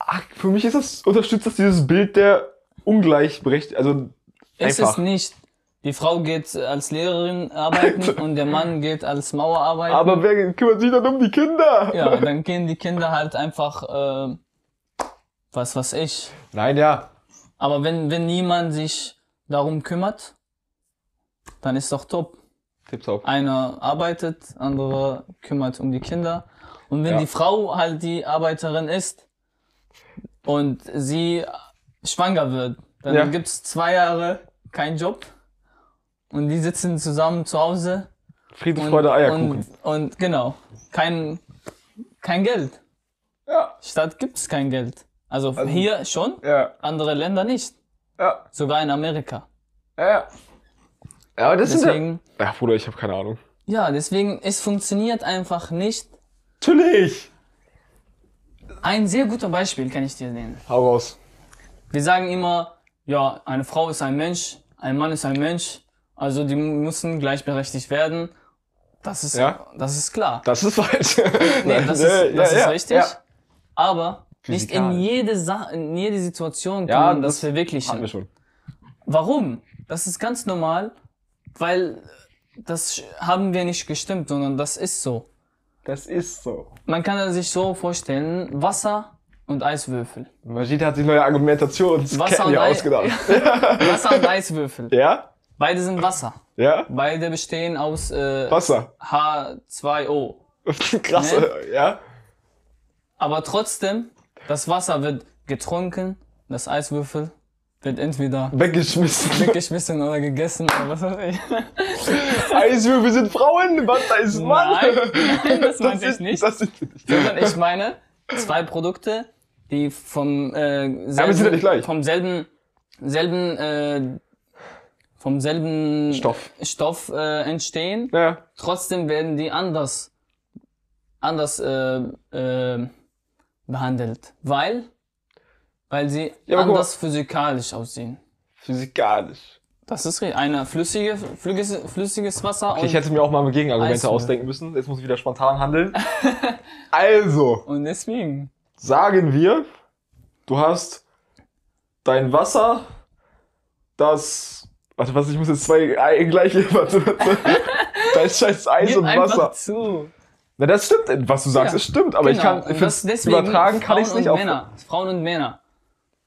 ach, für mich ist das, unterstützt das dieses Bild der Ungleichberechtigung, also
Ist
einfach.
es nicht. Die Frau geht als Lehrerin arbeiten
*laughs*
und der Mann geht als Mauer arbeiten.
aber wer kümmert sich dann um die Kinder?
ja, dann gehen die Kinder halt einfach, äh, was weiß ich.
Nein, ja.
Aber wenn, wenn niemand sich darum kümmert, dann ist doch top.
Tipptopp.
Einer arbeitet, andere kümmert um die Kinder. Und wenn
Ja.
die Frau halt die Arbeiterin ist und sie schwanger wird, dann
Ja.
gibt's zwei Jahre keinen Job und die sitzen zusammen zu Hause
Friede,
und,
Freude, Eierkuchen.
und, und genau, kein, kein Geld.
Ja.
Stadt gibt's kein Geld. Also,
Also-
hier schon,
Ja,
andere Länder nicht,
ja,
sogar in
*laughs*
Amerika.
ja, ja. Ja, aber das
Deswegen,
sind ja, ja, Bruder, ich habe keine Ahnung.
ja, deswegen, es funktioniert einfach nicht.
Natürlich.
Ein sehr guter Beispiel kann ich dir nennen.
Hau raus.
Wir sagen immer, ja, eine Frau ist ein Mensch, ein Mann ist ein Mensch, also die mu- müssen gleichberechtigt werden. Das ist,
Ja.
das ist klar.
Das ist *laughs* falsch.
Nee,
*laughs*
das ist, das ist richtig. Aber nicht in
Physikalisch.
jede, Sa in jede Situation kann
Ja,
man das,
das Hatten wir
verwirklichen.
schon.
Warum? Das ist ganz normal, weil das sch- haben wir nicht gestimmt, sondern das ist so.
Das ist so.
Man kann sich so vorstellen, Wasser und Eiswürfel.
Majid hat sich neue
Wasser
Argumentationsketten
und
hier
Ei-
ausgedacht.
Wasser
*laughs*
und Eiswürfel.
Ja?
Beide sind Wasser.
Ja?
Beide bestehen aus äh,
Wasser. *laughs*
H2O.
Krass,
Nee.
ja?
Aber trotzdem, das Wasser wird getrunken, das Eiswürfel wird
*laughs*
entweder
Weggeschmissen.
weggeschmissen oder gegessen oder was weiß ich.
Eiswürfel sind Frauen, Wasser ist Mann.
Nein, nein, das meinte ich
ist,
nicht.
Das ist nicht.
Sondern ich meine, zwei Produkte, die vom, äh,
aber sie sind ja nicht gleich.
vom selben, selben, äh, vom selben
Stoff.
Stoff äh, entstehen.
Ja,
Trotzdem werden die anders anders äh, äh, behandelt, weil, weil sie
Ja, aber guck
anders physikalisch aussehen.
Physikalisch.
Das ist richtig. Eine flüssige, flüssiges, flüssiges Wasser
Okay, ich
und,
hätte mir auch mal Gegenargumente
Eismeer.
ausdenken müssen. Jetzt muss ich wieder spontan handeln. also,
und deswegen.
sagen wir, du hast dein Wasser, das. Warte, was? Ich muss jetzt zwei Ei- gleiche. Warte,
*laughs*
warte. Da ist scheiß Eis
Gib
und
einfach
Wasser.
zu.
Na, das stimmt, was du sagst,
Ja.
es stimmt, aber
Genau.
ich kann
Und das
find's-
deswegen
übertragen kann ich es
Frauen
nicht
und
auf.
Männer. Frauen und Männer.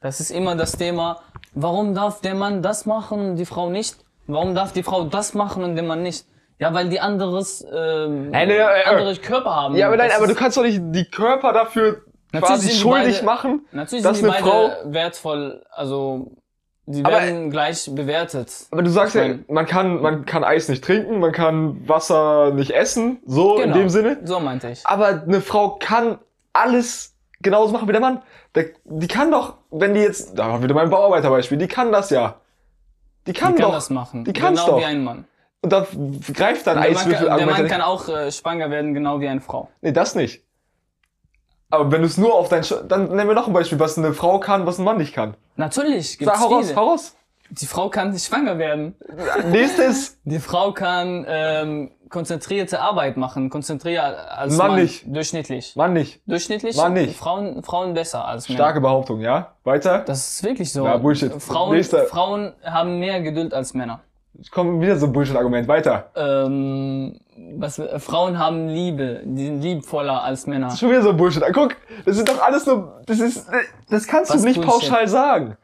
Das ist immer das Thema. Warum darf der Mann das machen und die Frau nicht? Warum darf die Frau das machen und der Mann nicht? Ja, weil die anderes, ähm,
Nein, nein, nein,
anderes Körper haben.
Ja, aber nein,
Das
aber
ist-
du kannst doch nicht die Körper dafür
Natürlich
quasi
sind die
schuldig
beide-
machen.
Natürlich
dass
sind die
eine
beide
Frau-
wertvoll, also die
Aber-
werden gleich bewertet.
Aber du sagst
Ich
ja,
mein-
man kann, man kann Eis nicht trinken, man kann Wasser nicht essen, so in
Genau.
dem Sinne.
So meinte ich.
Aber eine Frau kann alles genauso machen wie der Mann. Der, die kann doch, wenn die jetzt, da war wieder mein Bauarbeiterbeispiel, die kann das ja. Die kann
die
doch.
kann das machen.
Die kann's
genau wie
doch.
ein Mann.
Und da greift dann
Der Mann,
Eiswürfel
kann, der Mann
Argumente.
kann auch äh, schwanger werden, genau wie eine Frau.
Nee, das nicht. Aber wenn du es nur auf dein, Sch dann nennen wir noch ein Beispiel, was eine Frau kann, was ein Mann nicht kann.
Natürlich gibt's
Sag, hau raus,
viele.
hau raus.
Die Frau kann nicht schwanger werden.
Nächstes.
Die Frau kann ähm, konzentrierte Arbeit machen, konzentriert als
Mann
Mann.
nicht.
Durchschnittlich.
Mann nicht.
Durchschnittlich
Mann nicht.
Frauen, Frauen besser als Männer.
Starke Behauptung, ja? Weiter.
Das ist wirklich so.
Ja, Bullshit.
Frauen,
Nächster.
Frauen haben mehr Geduld als Männer.
Es kommt wieder so ein Bullshit-Argument. Weiter.
ähm, was, äh, Frauen haben Liebe, die sind liebvoller als Männer.
Schon wieder so ein Bullshit. Guck, das ist doch alles nur. Das ist. Das kannst
Was
du nicht
Bullshit?
pauschal sagen.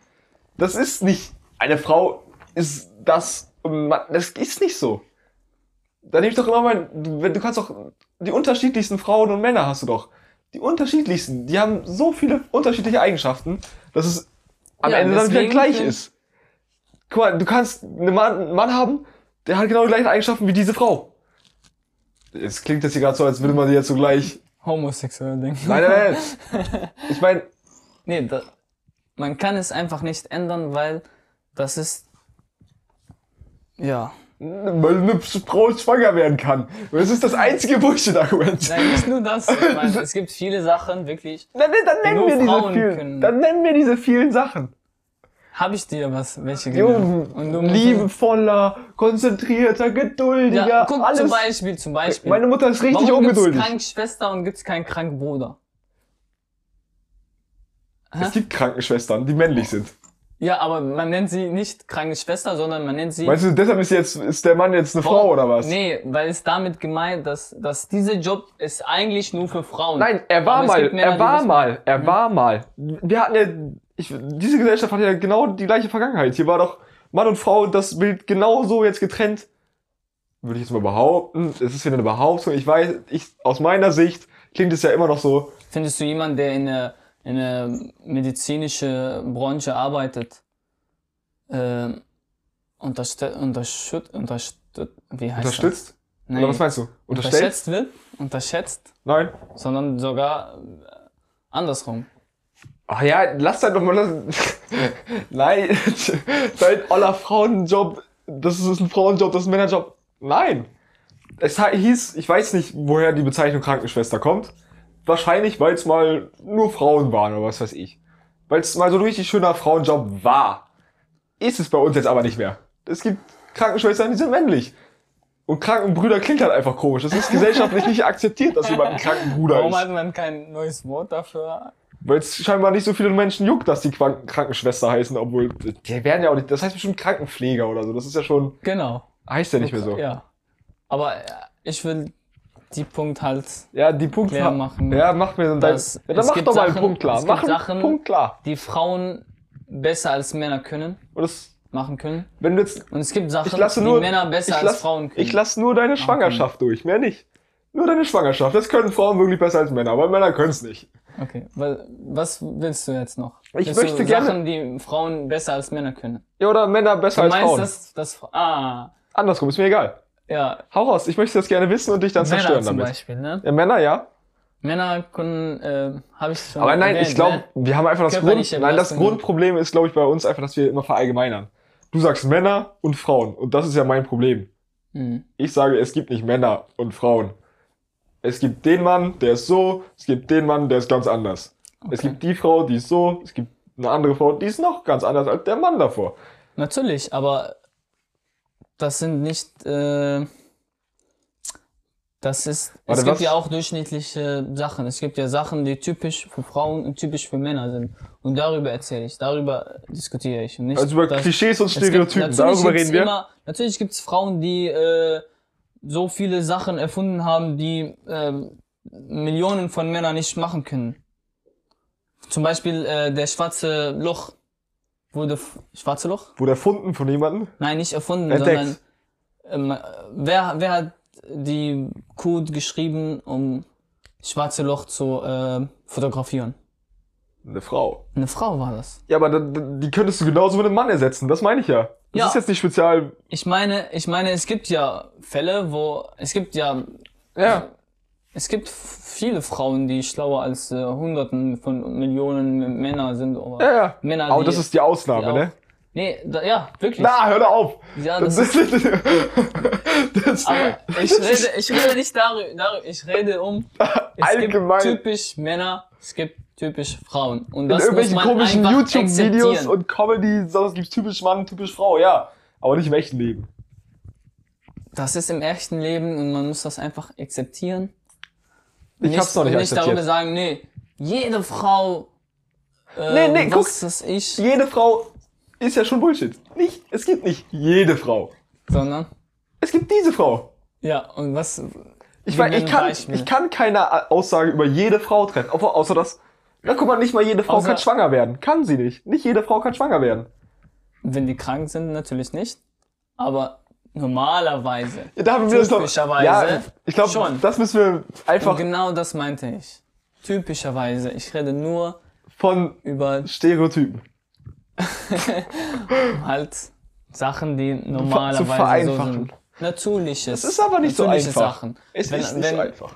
Das ist nicht. Eine Frau ist das. und Mann- Das ist nicht so. Da nehme ich doch immer mein. Du wenn- du kannst doch. Die unterschiedlichsten Frauen und Männer hast du doch. Die unterschiedlichsten. Die haben so viele unterschiedliche Eigenschaften, dass es am
Ja,
Ende dann wieder
deswegen
gleich
find-
ist. Guck mal, du kannst einen Mann, einen Mann haben, der hat genau die gleichen Eigenschaften wie diese Frau. Jetzt klingt das hier gerade so, als würde man die jetzt so gleich
Homosexuelle denken.
Nein, nein, nein. Ich meine,
*laughs* Nee, da, man kann es einfach nicht ändern, weil das ist. Ja.
weil eine Frau schwanger werden kann. Das ist das einzige Bullshit-Argument.
Nein, nicht nur das. Ich
*laughs*
meine, es gibt viele Sachen, wirklich.
Dann, dann nennen
Nur
wir diese
Frauen
vielen.
können-
Dann nennen wir diese vielen Sachen.
Habe ich dir was, welche genannt? Genau. Und du
Jung,
musst-
liebevoller, konzentrierter, geduldiger,
Ja, guck,
alles.
zum Beispiel, zum Beispiel.
Meine Mutter ist richtig
Warum gibt's
ungeduldig.
krank Schwester und gibt's keinen kranken Bruder?
Es gibt Krankenschwestern, die männlich sind.
Ja, aber man nennt sie nicht kranke Schwester, sondern man nennt sie.
Meinst du, deshalb ist jetzt ist der Mann jetzt eine Frau oder was?
Nee, weil es damit gemeint, dass, dass dieser Job ist eigentlich nur für Frauen.
Nein, er war
Aber es
mal,
gibt Männer,
er
die
war
das-
mal, er war mal. Wir hatten ja, ich, diese Gesellschaft hat ja genau die gleiche Vergangenheit. Hier war doch Mann und Frau das Bild genau so jetzt getrennt. Würde ich jetzt mal behaupten. Es ist wieder eine Behauptung. Ich weiß, ich, aus meiner Sicht klingt es ja immer noch so.
Findest du jemanden, der in eine, in eine medizinische Branche arbeitet, ähm, unterste- unterschütt, unterstützt, wie heißt
Unterstützt?
das? Nee,
Oder was meinst du? Unterstellt?
unterschätzt wird, unterschätzt,
Nein.
sondern sogar äh, andersrum.
Ach ja, lass *laughs* halt doch mal das. Nein, *laughs* dein aller Frauenjob, das ist ein Frauenjob, das ist ein Männerjob. Nein. Es ha- hieß, ich weiß nicht, woher die Bezeichnung Krankenschwester kommt. Wahrscheinlich, weil es mal nur Frauen waren oder was weiß ich. Weil es mal so ein richtig schöner Frauenjob war. Ist es bei uns jetzt aber nicht mehr. Es gibt Krankenschwestern, die sind männlich. Und Krankenbrüder klingt halt einfach komisch. Es ist gesellschaftlich nicht akzeptiert, dass jemand ein Krankenbruder
Warum
ist.
hat man kein neues Wort dafür?
Weil es scheinbar nicht so viele Menschen juckt, dass die Quanken Krankenschwester heißen, obwohl die werden ja auch nicht. Das heißt bestimmt Krankenpfleger oder so. Das ist ja schon
Genau.
heißt ja nicht mehr so. Ja,
Ja. Aber äh, ich will die Punkt halt,
die Punkt
Klar machen.
Ja, mach mir dann.
Das-
ja, dann
es
mach
gibt
doch mal einen
Sachen-
Punkt klar.
es gibt
Mach einen
Sachen-
Punkt klar.
die Frauen besser als Männer können,
Und das,
machen können.
wenn du jetzt,
Und es gibt Sachen,
ich lasse
die
nur
Männer besser
ich lass,
als Frauen können.
Ich lasse nur deine Schwangerschaft durch, mehr nicht. Nur deine Schwangerschaft. Das können Frauen wirklich besser als Männer, aber Männer können es nicht.
okay, weil, was willst du jetzt noch?
Ich
willst
möchte
du
gerne-
Sachen, die Frauen besser als Männer können.
Ja, oder Männer besser
Du
als
meinst,
Frauen.
dass, dass ah,
Andersrum ist mir egal.
ja,
Hau raus. Ich möchte das gerne wissen und dich dann
Männer
zerstören
zum
damit.
Beispiel, ne?
Ja, Männer, ja.
Männer können, äh, habe ich schon
Aber nein, ich
erwähnt,
glaube,
ne?
wir haben einfach das Grund,
Körperliche
nein, das
Belastung.
Grundproblem ist, glaube ich, bei uns einfach, dass wir immer verallgemeinern. Du sagst Männer und Frauen und das ist ja mein Problem.
Hm.
Ich sage, es gibt nicht Männer und Frauen. es gibt den Mann, der ist so, es gibt den Mann, der ist ganz anders. Es gibt die Frau, die ist so, es gibt eine andere Frau, die ist noch ganz anders als der Mann davor.
Natürlich, aber das sind nicht. Äh, das ist.
Warte,
es gibt
was?
ja auch durchschnittliche Sachen. Es gibt ja Sachen, die typisch für Frauen und typisch für Männer sind. Und darüber erzähle ich, darüber diskutiere ich. Und nicht
Also über
das-
Klischees und
es gibt-
Stereotypen,
natürlich
darüber
gibt's
reden wir.
Immer, natürlich gibt es Frauen, die äh, so viele Sachen erfunden haben, die ähm, Millionen von Männern nicht machen können. Zum Beispiel äh, der schwarze Loch wurde. f- Schwarze Loch?
Wurde erfunden von jemandem?
Nein, nicht erfunden,
Entdeckt.
sondern ähm, wer, wer hat die Code geschrieben, um schwarze Loch zu äh, fotografieren?
Eine Frau.
Eine Frau war das.
Ja, aber da- da- die könntest du genauso mit einem Mann ersetzen, das meine ich ja. Das
Ja.
ist jetzt nicht spezial.
Ich meine, ich meine, es gibt ja Fälle, wo es gibt ja
Ja.
es gibt f- viele Frauen, die schlauer als äh, Hunderten von Millionen M- Männer sind. Oder
Ja, ja.
Männer,
aber
die-
das ist die Ausnahme,
die auch-
ne?
Nee, da, ja, wirklich.
Na, hör doch auf!
ja,
Das
das
ist, *laughs* das,
Aber
*laughs*
ich rede, ich rede nicht darüber, darüber, ich rede um es
Allgemein.
gibt typisch Männer, es gibt typisch Frauen und
in
das muss
irgendwelchen
man
komischen
einfach
YouTube-Videos
akzeptieren.
und Comedy, sowas gibt's typisch Mann, typisch Frau, ja. Aber nicht im echten Leben.
Das ist im echten Leben und man muss das einfach akzeptieren.
Ich hab's noch nicht
und nicht darüber
akzeptiert.
sagen, nee, jede Frau
Nee,
äh,
nee, guck.
was das ich,
Jede Frau ist ja schon Bullshit. Nicht, es gibt nicht jede Frau.
sondern
Es gibt diese Frau.
ja und was
Ich,
Wir
weiß, ich,
nennen
kann,
Beispiele.
ich kann keine Aussage über jede Frau treffen, au- außer dass, na guck mal, nicht mal jede Frau
Außer-
kann schwanger werden. Kann sie nicht. Nicht jede Frau kann schwanger werden.
wenn die krank sind natürlich nicht, aber normalerweise
Ja, da haben wir das doch-
Typischerweise
Ja, ich glaube,
schon.
das müssen wir
und
einfach
genau das meinte ich. Typischerweise, ich rede nur
von
über
Stereotypen.
halt Sachen, die
zu
normalerweise
vereinfachen.
so sind. Natürliches.
Es ist aber nicht so
natürliche
einfach.
Sachen.
Es
Wenn-
ist nicht
wenn-
so einfach.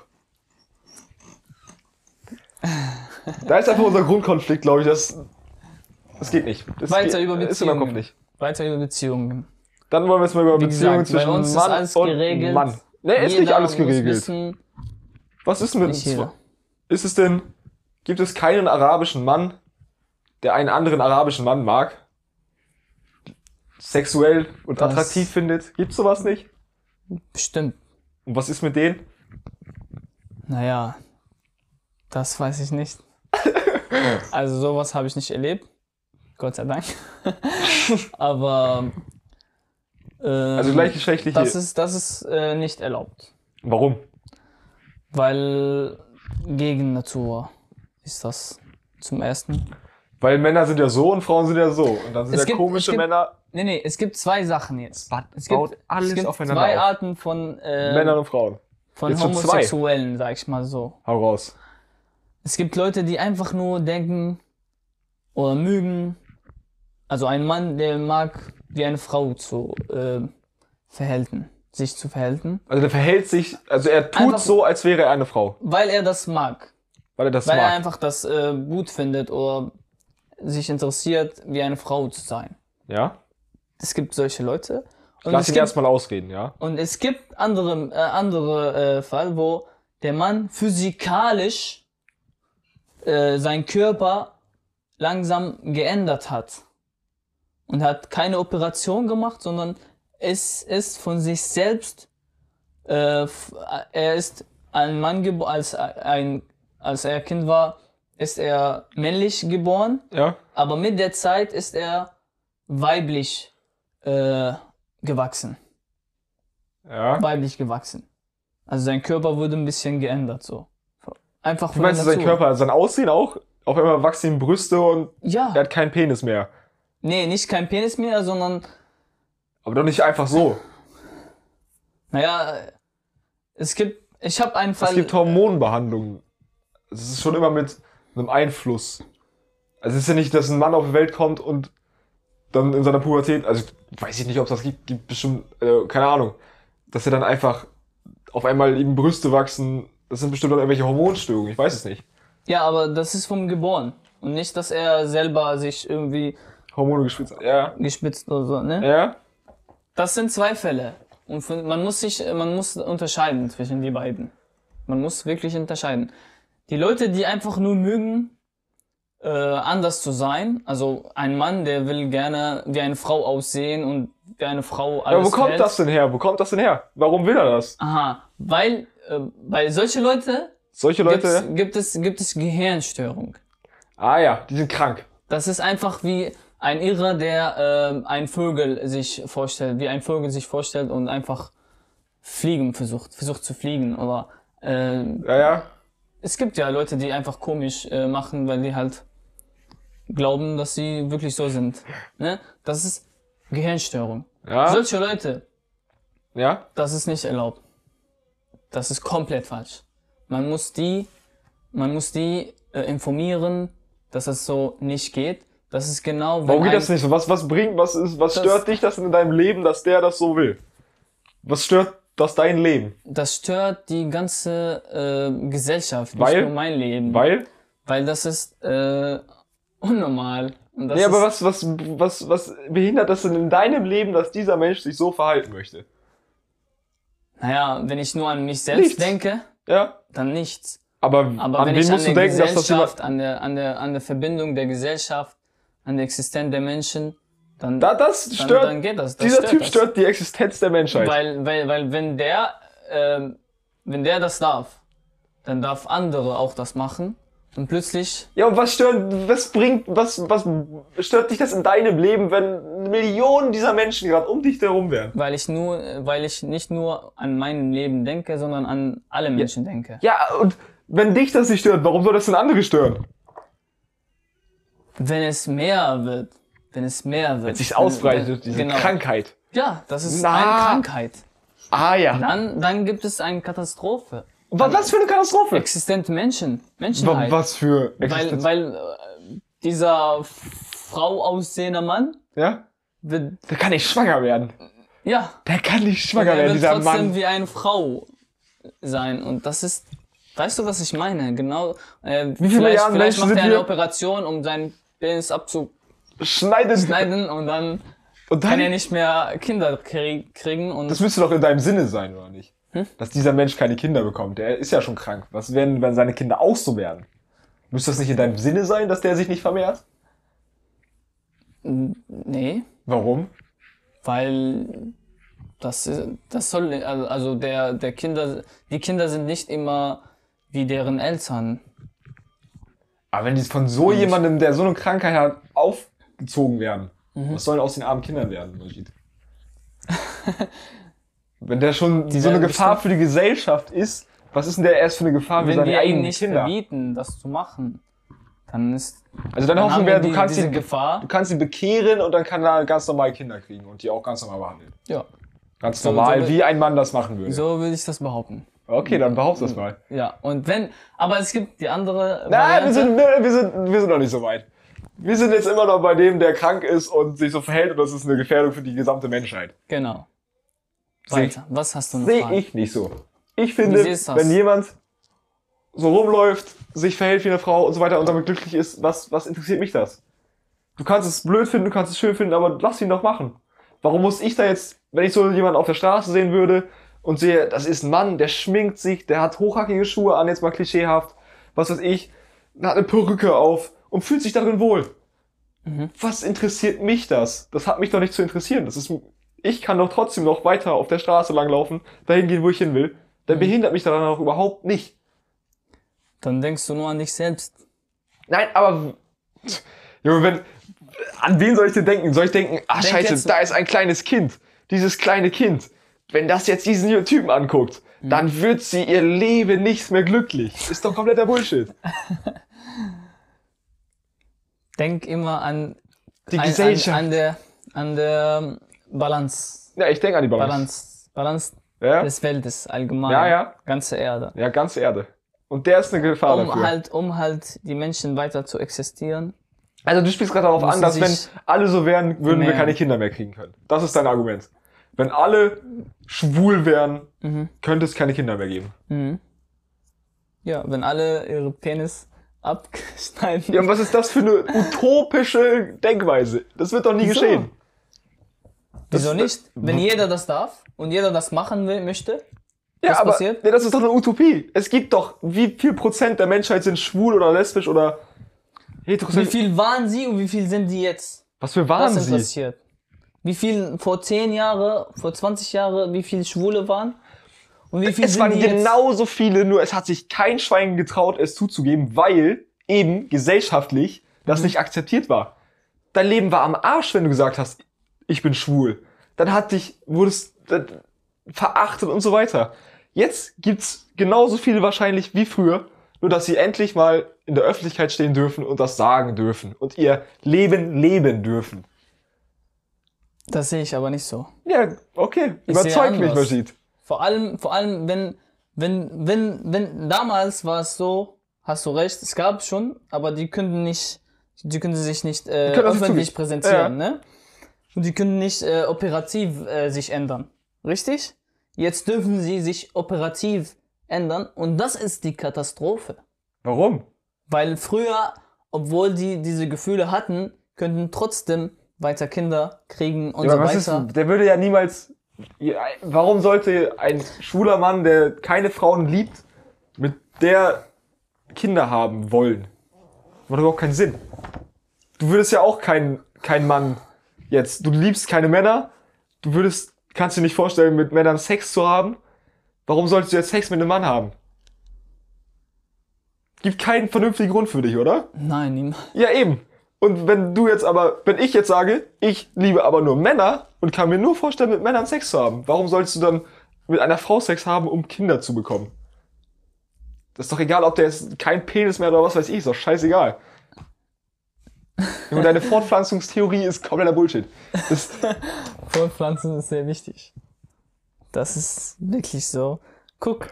*laughs* da ist einfach unser Grundkonflikt, glaube ich, dass das geht nicht. Das
Weiter
geht,
über
Ist in meinem Kopf
Beziehungen.
nicht.
Weiter über Beziehungen.
Dann wollen wir jetzt mal über
Wie
Beziehungen
gesagt,
zwischen
bei uns ist
Mann
alles
und
geregelt.
Mann. Nee, ist nicht
Jeder
alles
muss
geregelt.
Wissen,
Was ist mit
nicht jeder.
Ist es denn gibt es keinen arabischen Mann, der einen anderen arabischen Mann mag? Sexuell und
Das-
attraktiv findet? Gibt's sowas nicht?
Bestimmt.
Und was ist mit denen?
Naja, das weiß ich
*laughs*
nicht. also sowas habe ich nicht erlebt. Gott sei Dank. *laughs* aber ähm,
Also gleichgeschlechtliche.
das ist, das ist äh, nicht erlaubt.
Warum?
Weil gegen Natur ist das zum ersten.
Weil Männer sind ja so und Frauen sind ja so. Und dann sind
Es
ja
gibt- es
komische
gibt-
Männer.
Nee, nee, es gibt zwei Sachen jetzt.
Ba-
Es
baut
gibt,
alles
es gibt
aufeinander
zwei
auf.
Arten von,
Männer
äh,
und Frauen.
von
Jetzt so zwei.
Homosexuellen, sag ich mal so.
Hau raus.
Es gibt Leute, die einfach nur denken oder mögen, also ein Mann, der mag, wie eine Frau zu äh, verhalten, sich zu verhalten,
Also der verhält sich, also er tut
Einfach-
so, als wäre er eine Frau.
weil er das mag.
Weil er das
Weil er
mag.
einfach das äh, gut findet oder sich interessiert, wie eine Frau zu sein.
Ja?
Es gibt solche Leute. Und
Lass
es
ihn
gibt
erstmal ausreden, ja?
Und es gibt andere, äh, andere äh, Fall, wo der Mann physikalisch äh, seinen Körper langsam geändert hat. Und hat keine Operation gemacht, sondern es ist von sich selbst, äh, f- er ist ein Mann geboren, als, äh, ein, als er Kind war, ist er männlich geboren
Ja?
aber mit der Zeit ist er weiblich äh, gewachsen.
Ja?
Weiblich gewachsen. Also sein Körper wurde ein bisschen geändert so. Einfach
Du meinst
der
sein
Natur.
Körper, sein Aussehen auch? Auf einmal wachsen ihm Brüste und
Ja.
er hat keinen Penis mehr.
Nee, nicht kein Penis mehr, sondern,
Aber doch nicht einfach so.
naja, es gibt, ich habe einen Fall.
Es gibt Hormonbehandlungen. Es ist schon immer mit einem Einfluss. Also es ist ja nicht, dass ein Mann auf die Welt kommt und dann in seiner Pubertät, also weiß ich nicht, ob es das gibt, gibt bestimmt, äh, keine Ahnung, dass er dann einfach auf einmal eben Brüste wachsen. Das sind bestimmt dann irgendwelche Hormonstörungen, ich weiß es nicht.
ja, aber das ist vom Geboren. Und nicht, dass er selber sich irgendwie
Hormone geschwitzt. Ja.
gespitzt oder so, ne?
Ja?
Das sind zwei Fälle. Und von, man muss sich, man muss unterscheiden zwischen die beiden. Man muss wirklich unterscheiden. Die Leute, die einfach nur mögen, äh, anders zu sein, also ein Mann, der will gerne wie eine Frau aussehen und wie eine Frau alles
Aber wo kommt
hält.
das denn her? Wo kommt das denn her? Warum will er das?
Aha, weil äh, bei solche Leute,
Solche Leute.
Gibt's, gibt, es, gibt es Gehirnstörung.
Ah ja, die sind krank.
Das ist einfach wie ein Irrer, der äh, einen Vögel sich vorstellt, wie ein Vögel sich vorstellt und einfach fliegen versucht, versucht zu fliegen oder äh,
Ja, ja.
es gibt ja Leute, die einfach komisch äh, machen, weil die halt glauben, dass sie wirklich so sind. Ne? Das ist Gehirnstörung.
Ja.
Solche Leute,
Ja.
das ist nicht erlaubt. Das ist komplett falsch. Man muss die, man muss die äh, informieren, dass das so nicht geht. Das ist genau, wenn
Warum geht
ein-
das nicht so? Was, was bringt, was ist, was
Das-
stört dich das in deinem Leben, dass der das so will? Was stört das dein Leben?
das stört die ganze äh, Gesellschaft,
Weil?
nicht nur mein Leben.
Weil?
Weil das ist äh, unnormal. Und das
Nee, aber
ist,
was, was, was, was behindert das denn in deinem Leben, dass dieser Mensch sich so verhalten möchte?
Naja, wenn ich nur an mich selbst
Nichts.
denke,
Ja?
dann nichts.
Aber,
Aber
an
wenn
wen
ich an
musst
der
du denken, dass das
Gesellschaft,
jemand.
an, der, an, der, an der Verbindung der Gesellschaft, an der Existenz der Menschen, dann,
Da, das
dann,
stört.
dann geht das. das
dieser
stört
Typ
das.
stört die Existenz der Menschheit.
Weil, weil, weil wenn der, ähm, wenn der das darf, dann darf andere auch das machen. Und plötzlich,
Ja, und was stört, was bringt, was, was stört dich das in deinem Leben, wenn Millionen dieser Menschen gerade um dich herum wären?
weil ich nur, äh, weil ich nicht nur an mein Leben denke, sondern an alle Menschen denke.
Ja, und wenn dich das nicht stört, warum soll das denn andere stören?
Wenn es mehr wird, wenn es mehr wird. Wenn
Sich ausbreitet,
wenn-
diese Krankheit.
Ja, das ist
Na.
eine Krankheit.
Ah ja.
Dann, dann gibt es eine Katastrophe.
Wa- was für eine Katastrophe?
Existente Menschen,
Wa-
Menschenheit.
was für
weil
Existenz?
weil äh, dieser Frau aussehender Mann
ja?
wird,
Der kann nicht schwanger werden.
ja,
Der kann nicht schwanger
er
werden,
wird
dieser
trotzdem
Mann.
wie eine Frau sein. Und das ist, weißt du, was ich meine? Genau, äh, Wie
viele
vielleicht,
Jahre
vielleicht
Menschen
macht
sind
er eine
wir?
Operation, um seinen Penis abzuschneiden
Schneidet.
und dann
Und
kann er
dann,
nicht mehr Kinder krieg kriegen und
das müsste doch in deinem Sinne sein, oder nicht?
Hm?
Dass dieser Mensch keine Kinder bekommt. Der ist ja schon krank. Was wären, wenn seine Kinder auch so wären? Müsste das nicht in deinem Sinne sein, dass der sich nicht vermehrt?
nee.
Warum?
weil das das soll also also der der Kinder die Kinder sind nicht immer wie deren Eltern
Aber wenn die von so jemandem, der so eine Krankheit hat, aufgezogen werden,
Mhm.
was sollen aus den armen Kindern werden, Majid? *laughs* wenn der schon so eine
werden
Gefahr für die Gesellschaft ist, was ist denn der erst für eine Gefahr für
wenn
seine
wir ihnen
eigenen
nicht
Kinder?
verbieten das zu machen dann ist
Also deine
dann haben
Hoffnung
wir
wäre,
die,
du kannst
diese
ihn,
Gefahr
du kannst ihn bekehren und dann kann er ganz normal Kinder kriegen und die auch ganz normal behandeln.
ja
Ganz
So-
normal,
so-
wie ein Mann das machen würde.
so würde ich das behaupten
Okay, dann behaupte das mal.
ja und wenn aber es gibt die andere
Nein, wir
Variante.
sind, ne, wir, wir, sind, wir sind noch nicht so weit. Wir sind jetzt immer noch bei dem, der krank ist und sich so verhält und das ist eine Gefährdung für die gesamte Menschheit.
genau
Seh-
weiter was hast du noch
Sehe
Fragen?
ich nicht so. Ich
Wie
finde,
siehst du's?
wenn jemand so rumläuft, sich verhält wie eine Frau und so weiter und damit glücklich ist, was, was interessiert mich das? Du kannst es blöd finden, du kannst es schön finden, aber lass ihn doch machen. Warum muss ich da jetzt, wenn ich so jemanden auf der Straße sehen würde und sehe, das ist ein Mann, der schminkt sich, der hat hochhackige Schuhe an, jetzt mal klischeehaft, was weiß ich, der hat eine Perücke auf und fühlt sich darin wohl. Was interessiert mich das? Das hat mich doch nicht zu interessieren. Das ist, ich kann doch trotzdem noch weiter auf der Straße langlaufen, dahin gehen, wo ich hin will.
Mhm.
Dann behindert mich daran auch überhaupt nicht.
dann denkst du nur an dich selbst
Nein, aber Junge, wenn, an wen soll ich denn denken? Soll ich denken, ah
Denk
scheiße,
jetzt-
da ist ein kleines Kind. Dieses kleine Kind. Wenn das jetzt diesen Typen anguckt,
Mhm.
dann wird sie ihr Leben nicht mehr glücklich. Ist doch kompletter Bullshit.
denk immer an
Die
an, an,
Gesellschaft.
an der an der ähm, Balance
ja, ich denke an die Balance.
Balance Balance
Ja,
des Weltes allgemein.
Ja, ja.
Ganze Erde.
ja, ganze Erde. Und der ist eine Gefahr
Um
dafür.
halt, um halt die Menschen weiter zu existieren.
Also du spielst gerade darauf
Müssen
an, dass
sich
wenn alle so wären, würden wir
vermehren.
keine Kinder mehr kriegen können. Das ist dein Argument. Wenn alle schwul wären, könnte es keine Kinder mehr geben.
Ja, wenn alle ihre Penis abschneiden.
Ja, und was ist das für eine utopische Denkweise? Das wird doch nie
Wieso?
geschehen.
Wieso
das-
nicht? Wenn jeder das darf und jeder das machen will, möchte, das passiert?
Nee, das ist doch eine Utopie. Es gibt doch, wie viel Prozent der Menschheit sind schwul oder lesbisch oder
Wie
heterosexuell?
viel waren sie und wie viel sind die jetzt?
Was für
Das
Wahnsinn. sie?
interessiert. Wie viel vor 10 Jahre, vor 20 Jahre, wie viel Schwule waren? Und wie viel
Es genau-
sind
waren
die jetzt?
genauso viele, nur es hat sich kein Schwein getraut, es zuzugeben, weil eben gesellschaftlich das
Mhm.
nicht akzeptiert war. Dein Leben war am Arsch, wenn du gesagt hast, ich bin schwul. Dann hat dich, wurdest äh, verachtet und so weiter. Jetzt gibt's genauso viele wahrscheinlich wie früher, nur dass sie endlich mal in der Öffentlichkeit stehen dürfen und das sagen dürfen und ihr Leben leben dürfen.
Das sehe ich aber nicht so.
Ja, okay.
Ich sehe
Überzeug mich,
anders.
Majid.
Vor allem, vor allem, wenn, wenn, wenn, wenn, damals war es so, hast du recht, es gab schon, aber die könnten nicht, die können sich nicht äh,
können das nicht
öffentlich
zugeben.
präsentieren, ne? Und die können nicht äh, operativ äh, sich ändern. Richtig? Jetzt dürfen sie sich operativ ändern und das ist die Katastrophe.
Warum?
Weil früher, obwohl die diese Gefühle hatten, könnten trotzdem weiter Kinder kriegen und
Ja,
so
aber was
weiter.
ist, der würde ja niemals. Ja, Warum sollte ein schwuler Mann, der keine Frauen liebt, mit der Kinder haben wollen? Macht überhaupt keinen Sinn. Du würdest ja auch keinen kein Mann jetzt. Du liebst keine Männer. Du würdest, kannst dir nicht vorstellen, mit Männern Sex zu haben. Warum solltest du jetzt Sex mit einem Mann haben? Gibt keinen vernünftigen Grund für dich, oder?
Nein, niemand.
Ja, eben. Und wenn du jetzt aber, wenn ich jetzt sage, ich liebe aber nur Männer und kann mir nur vorstellen, mit Männern Sex zu haben, warum solltest du dann mit einer Frau Sex haben, um Kinder zu bekommen? Das ist doch egal, ob der jetzt kein Penis mehr oder was weiß ich, ist doch scheißegal. Junge, deine Fortpflanzungstheorie ist kompletter Bullshit. Das,
Vollpflanzen ist sehr wichtig. Das ist wirklich so. Guck,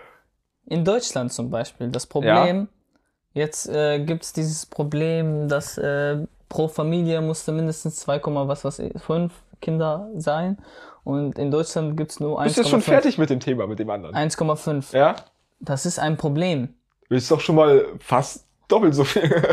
in Deutschland zum Beispiel, das Problem, jetzt äh, gibt es dieses Problem, dass äh, pro Familie musste mindestens 2, was was 5 Kinder sein. Und in Deutschland gibt es nur
bist du jetzt schon
1,5.
fertig mit dem Thema, mit dem anderen?
1,5.
Ja?
Das ist ein Problem.
Das ist doch schon mal fast doppelt so viel. *laughs*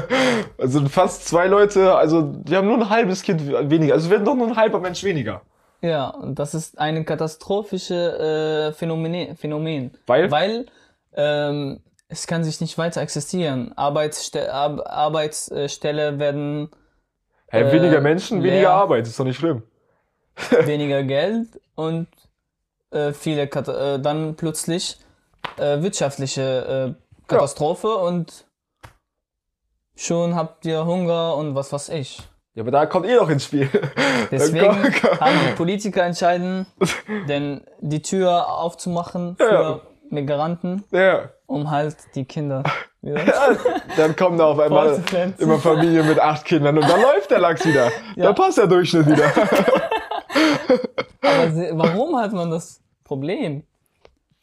Also fast zwei Leute, also die haben nur ein halbes Kind weniger. Also werden doch nur ein halber Mensch weniger.
Ja, und das ist ein katastrophische äh, Phänomen, Phänomen.
Weil?
Weil ähm, es kann sich nicht weiter existieren. Arbeitsste Ar Arbeitsstelle
*laughs*
werden
Hey,
Äh,
weniger Menschen, weniger
leer.
Arbeit, ist doch nicht schlimm.
weniger Geld und äh, viele Kat äh, dann plötzlich äh, wirtschaftliche äh, Katastrophe und schon habt ihr Hunger und was weiß ich.
Ja, aber da kommt ihr doch ins Spiel. *laughs*
Deswegen
Dann komm-
haben die Politiker
*laughs*
entschieden, denn die Tür aufzumachen für
Ja.
Migranten.
ja,
um halt die
*laughs*
Kinder wieder
dann kommen da auf einmal
vorzupflanzen.
immer Familien mit acht Kindern und dann läuft der Lachs wieder. Dann passt der Durchschnitt wieder.
Aber se- warum hat man das Problem?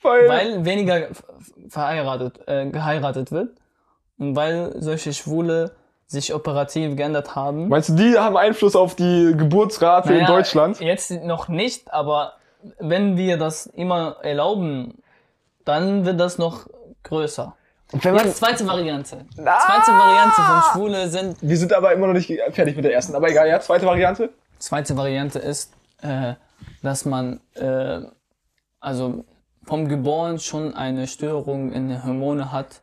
Weil,
Weil weniger f- verheiratet, äh, geheiratet wird und weil solche Schwule sich operativ geändert haben.
meinst du, die haben Einfluss auf die Geburtsrate in
Naja, äh,
Deutschland?
Jetzt noch nicht, aber wenn wir das immer erlauben, dann wird das noch größer.
Wenn man-
Jetzt zweite Variante.
Ah!
Zweite Variante von Schwule sind
wir sind aber immer noch nicht fertig mit der ersten. Aber egal, ja, zweite Variante.
Zweite Variante ist, äh, dass man äh, also vom Geboren schon eine Störung in den Hormone hat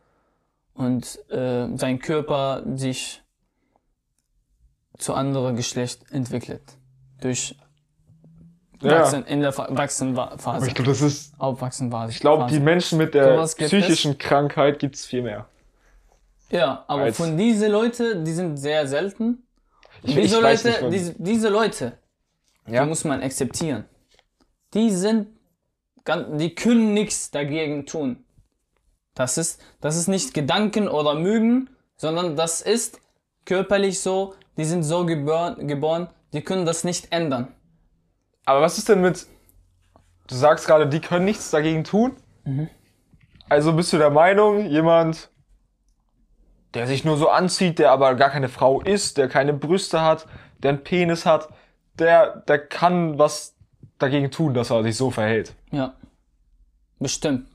und äh, sein Körper sich zu anderem Geschlecht entwickelt durch
Ja.
Wachsen, in der Fa-
Aber
Wachsenphase,
ich glaube, das ist
Aufwachsenphase.
Ich glaube, die Menschen mit der
Sowas gibt
psychischen Krankheit gibt's viel mehr.
ja, aber
als-
von diese Leute, die sind sehr selten.
Ich,
Diese
ich weiß
Leute,
nicht,
diese, diese Leute,
ja.
die muss man akzeptieren. Die sind, gan- die können nichts dagegen tun. Das ist, das ist nicht Gedanken oder Mögen, sondern das ist körperlich so, die sind so geboren, geboren die können das nicht ändern.
Aber was ist denn mit. Du sagst gerade, die können nichts dagegen tun. Also bist du der Meinung, jemand, der sich nur so anzieht, der aber gar keine Frau ist, der keine Brüste hat, der einen Penis hat, der, der kann was dagegen tun, dass er sich so verhält.
Ja. Bestimmt.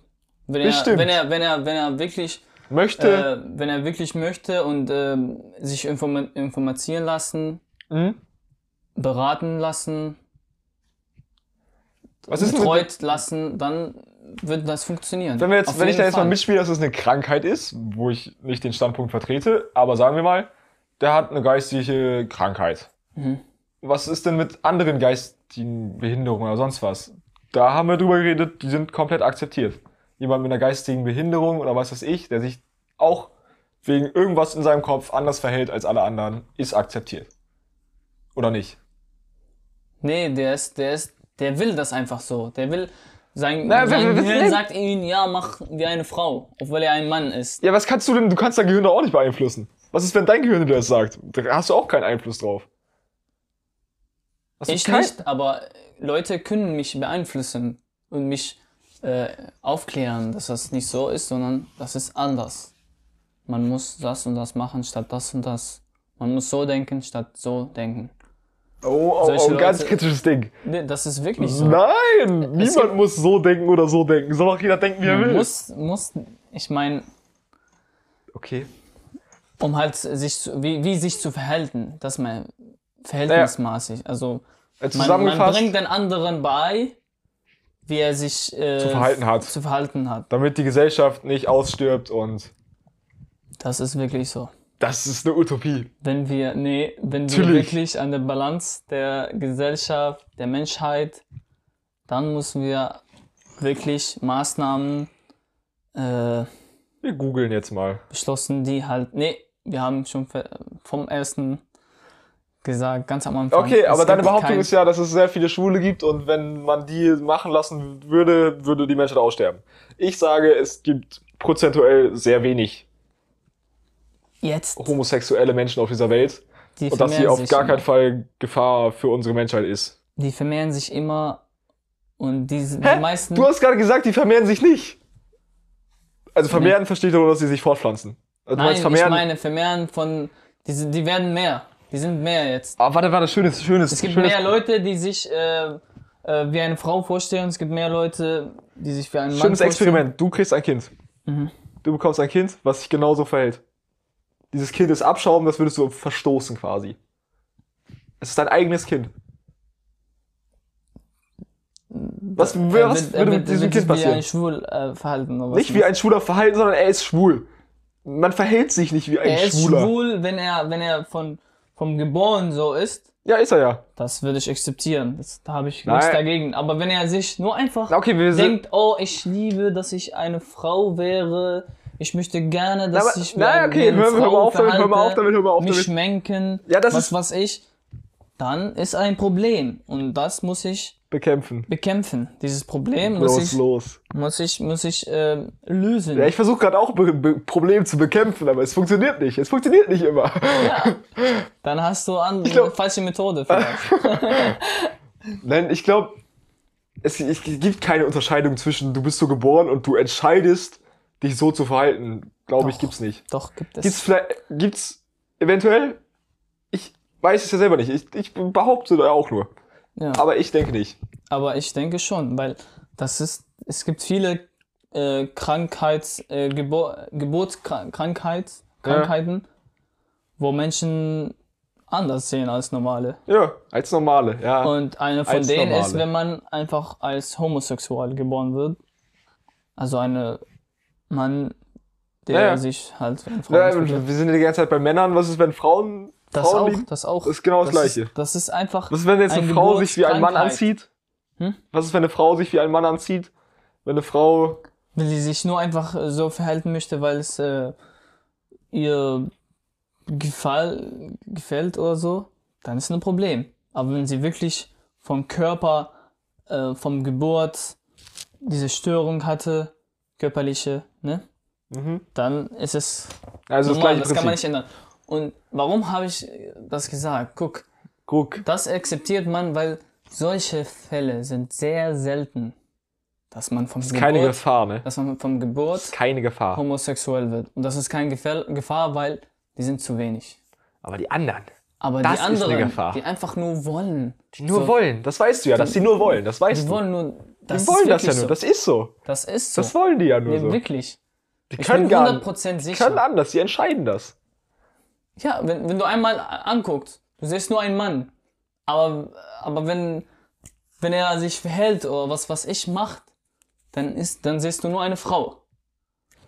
Wenn er,
Bestimmt.
Wenn er, wenn er, wenn er wirklich,
Möchte.
äh, wenn er wirklich möchte und ähm, sich informa informieren lassen,
hm?
beraten lassen,
Was ist denn mit, *laughs*
betreut lassen, dann wird das funktionieren.
Wenn, wir jetzt,
Auf
wenn ich
jeden
da jetzt mal
Fall.
mitspiele, dass es eine Krankheit ist, wo ich nicht den Standpunkt vertrete, aber sagen wir mal, der hat eine geistige Krankheit.
Mhm.
Was ist denn mit anderen geistigen Behinderungen oder sonst was? Da haben wir drüber geredet, die sind komplett akzeptiert. Jemand mit einer geistigen Behinderung oder was weiß ich, der sich auch wegen irgendwas in seinem Kopf anders verhält als alle anderen, ist akzeptiert. Oder nicht?
Nee, der ist, der ist, der will das einfach so. Der will, sein,
Na, wir- wir
sein
wissen
Gehirn
nicht.
sagt ihm, ja, mach wie eine Frau, obwohl er ein Mann ist.
Ja, was kannst du denn? Du kannst dein Gehirn doch auch nicht beeinflussen. Was ist, wenn dein Gehirn dir das sagt? Da hast du auch keinen Einfluss drauf. Hast du
Ich
kein-
nicht, aber Leute können mich beeinflussen und mich äh, aufklären, dass das nicht so ist, sondern das ist anders. Man muss das und das machen statt das und das. Man muss so denken statt so denken.
Oh, oh,
Solche
oh ganz
Leute-
kritisches Ding.
Nee, Das ist wirklich so.
Nein, niemand muss so denken oder so denken. Soll auch jeder denken, wie er will.
Muss, muss, ich meine,
Okay.
um halt sich zu, wie, wie sich zu verhalten, dass man verhältnismäßig, also man,
Also
man
Zusammengefasst,
bringt den anderen bei, wie er sich äh,
Zu verhalten hat.
zu verhalten hat.
damit die Gesellschaft nicht ausstirbt und
Das ist wirklich so.
das ist eine Utopie.
Wenn wir, nee, wenn wir
Natürlich.
wirklich an der Balance der Gesellschaft, der Menschheit, dann müssen wir wirklich Maßnahmen äh,
Wir googeln jetzt mal.
beschlossen, die halt, nee, wir haben schon ver- vom ersten gesagt, ganz am Anfang.
Okay,
es
aber
gibt
deine Behauptung
kein-
ist ja, dass es sehr viele Schwule gibt und wenn man die machen lassen würde, würde die Menschheit aussterben. Ich sage, es gibt prozentuell sehr wenig
jetzt
homosexuelle Menschen auf dieser Welt
die
und dass sie
vermehren
auf
sich
gar
immer.
keinen Fall Gefahr für unsere Menschheit ist.
Die vermehren sich immer und die, die
Hä?
meisten.
Du hast gerade gesagt, die vermehren sich nicht. Also vermehren verstehe ich doch, nur, dass sie sich fortpflanzen. Also du
Nein,
meinst
ich
vermehren.
meine, vermehren von. Die, sind- die werden mehr. Die sind mehr jetzt.
Ah, warte, warte, schönes, schönes.
Es gibt
schönes
mehr Leute, die sich äh, äh, wie eine Frau vorstellen. Es gibt mehr Leute, die sich wie einen Mann
Schönes
vorstellen.
Experiment. Du kriegst ein Kind.
Mhm.
Du bekommst ein Kind, was sich genauso verhält. Dieses Kind ist Abschaum, das würdest du verstoßen quasi. Es ist dein eigenes
Hm.
Kind. Was,
Er
was
wird- er
würde
wird-
mit
er wird
diesem Kind
sich wie
passieren?
ein Schwul äh, verhalten. Oder was
Nicht wie ein Schwuler verhalten, sondern er ist schwul. Man verhält sich nicht wie ein
Er ist
Schwuler.
schwul, wenn er, wenn er von, vom Geboren so ist.
Ja, ist er ja.
Das würde ich akzeptieren. Das, da habe ich
Nein.
nichts dagegen. Aber wenn er sich nur einfach
Na, Okay, wir sind.
denkt, oh, ich liebe, dass ich eine Frau wäre. Ich möchte gerne,
Na,
dass
aber-
ich
na,
eine-
okay,
eine
hör- hör mal
Frau
auf damit, hör mal auf damit, hör mal auf
mich
damit.
schminken,
Ja, das
was
ist-
was ich. Dann ist ein Problem und das muss ich
Bekämpfen.
bekämpfen. Dieses Problem muss
Los,
ich,
los.
muss ich, muss ich ähm, lösen.
Ja, ich versuche gerade auch Be Be Probleme zu bekämpfen, aber es funktioniert nicht. Es funktioniert nicht immer. *laughs*
Ja. Dann hast du an,
glaub-
falsche Methode
*laughs*
vielleicht.
Nein, ich glaube, es, es gibt keine Unterscheidung zwischen du bist so geboren und du entscheidest, dich so zu verhalten. Glaube ich,
Doch.
gibt's nicht.
Doch, gibt es.
Gibt's vielleicht, gibt's eventuell? Ich weiß es ja selber nicht. Ich, ich behaupte da auch nur.
Ja.
Aber ich denke nicht.
Aber ich denke schon, weil das ist, es gibt viele äh, Krankheits, äh, Gebo Geburtskrankheit, Krankheiten, wo Menschen anders sehen als normale.
Ja, als normale, ja.
Und eine von
als
denen ist,
normale.
wenn man einfach als homosexuell geboren wird. Also eine Mann, der
Ja, ja.
sich halt in Frauen
ja,
entwickelt.
wir sind ja die ganze Zeit bei Männern. Was ist, wenn Frauen
Das
Frauen
auch,
lieben?
das auch.
ist genau das Gleiche.
Ist, das ist einfach.
Was ist, wenn jetzt eine
Ein
Frau sich wie ein Mann
Geburtskrankheit.
anzieht?
Hm?
Was ist, wenn eine Frau sich wie ein Mann anzieht? Wenn eine Frau
Wenn sie sich nur einfach äh, so verhalten möchte, weil es äh, ihr gefall, gefällt oder so, dann ist ein Problem. Aber wenn sie wirklich vom Körper, äh, vom Geburt diese Störung hatte, körperliche, ne,
Mhm.
dann ist es
Also das
normal,
gleiche
das
Prinzip.
kann man nicht ändern. Und warum habe ich äh, das gesagt? Guck,
Guck.
das akzeptiert man, weil solche Fälle sind sehr selten, dass man vom Geburt,
Keine Gefahr, ne?
dass man vom Geburt
Keine Gefahr.
homosexuell wird. Und das ist keine Gefähr Gefahr, weil die sind zu wenig.
Aber die anderen,
Aber
Das
die
ist eine
anderen,
Gefahr.
die einfach nur wollen,
die nur
So.
wollen, das weißt du ja, dass die nur wollen, das
die
weißt du.
wollen nur, das
die wollen
ist wirklich
das ja nur,
so.
das ist so.
das ist so.
Das wollen die ja nur
nee,
so.
Wirklich.
Die
Ich
können
bin
gar nicht.
100%
Die
sicher.
können anders, die entscheiden das.
Ja, wenn, wenn du einmal anguckst, du siehst nur einen Mann. Aber, aber wenn, wenn er sich verhält oder was, was ich macht, dann ist, dann siehst du nur eine Frau.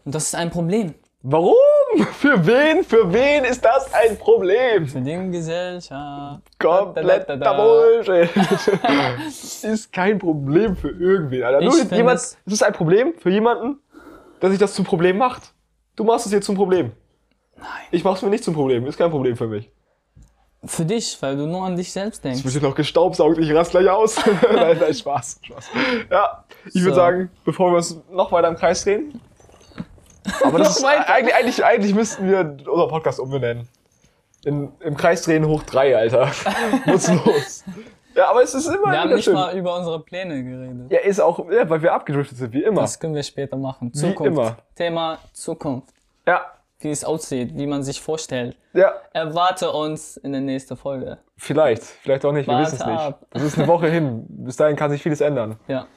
Und das ist ein Problem.
Warum? *laughs* Für wen? Für wen ist das ein Problem?
Für die Gesellschaft.
Kompletter
Da, da, da, da.
Bullshit. Es *laughs* ist kein Problem für irgendwen, Alter. Nur
Ich find
jemand,
es-
es ist ein Problem für jemanden, der sich das zum Problem macht. Du machst es dir zum Problem. Nein. Ich mach's mir nicht zum Problem. Ist kein Problem für mich.
Für dich, weil du nur an dich selbst
Ich
denkst.
bin hier noch gestaubsaugt, ich rast gleich aus. *laughs* nein, nein, Spaß, Spaß. Ja, ich
So.
würde sagen, bevor wir uns noch weiter im Kreis drehen. Aber *laughs* das ist, eigentlich, eigentlich, eigentlich müssten wir unseren Podcast umbenennen. In, Im Kreis drehen hoch drei, Alter. *laughs* Nutzlos. ja, aber es ist immer
Wir haben
wieder
nicht
schön.
mal über unsere Pläne geredet.
Ja, ist auch, ja, weil wir abgedriftet sind, wie immer.
Das können wir später machen. Zukunft.
immer.
Thema Zukunft.
ja,
Wie es aussieht, wie man sich vorstellt.
ja,
Erwarte uns in der nächsten Folge.
vielleicht, vielleicht auch nicht, wir
Warte
wissen es nicht.
ab.
Es ist eine Woche hin. Bis dahin kann sich vieles ändern.
Ja.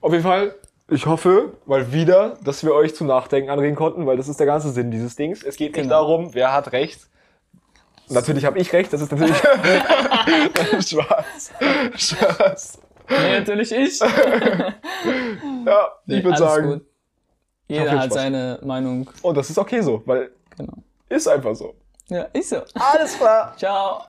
Auf jeden Fall, ich hoffe mal wieder, dass wir euch zum Nachdenken anregen konnten, weil das ist der ganze Sinn dieses Dings. Es geht nicht
Genau.
darum, wer hat recht. Natürlich habe ich recht, das
*laughs*
ist natürlich *laughs* Spaß. Spaß. *laughs*
Nee, natürlich ich.
Ja, ich würde
Alles
sagen,
gut.
hab
Jeder
viel
hat
Spaß.
seine Meinung.
und das ist okay so, weil
Genau.
ist einfach so.
Ja, ist so.
Alles klar.
Ciao.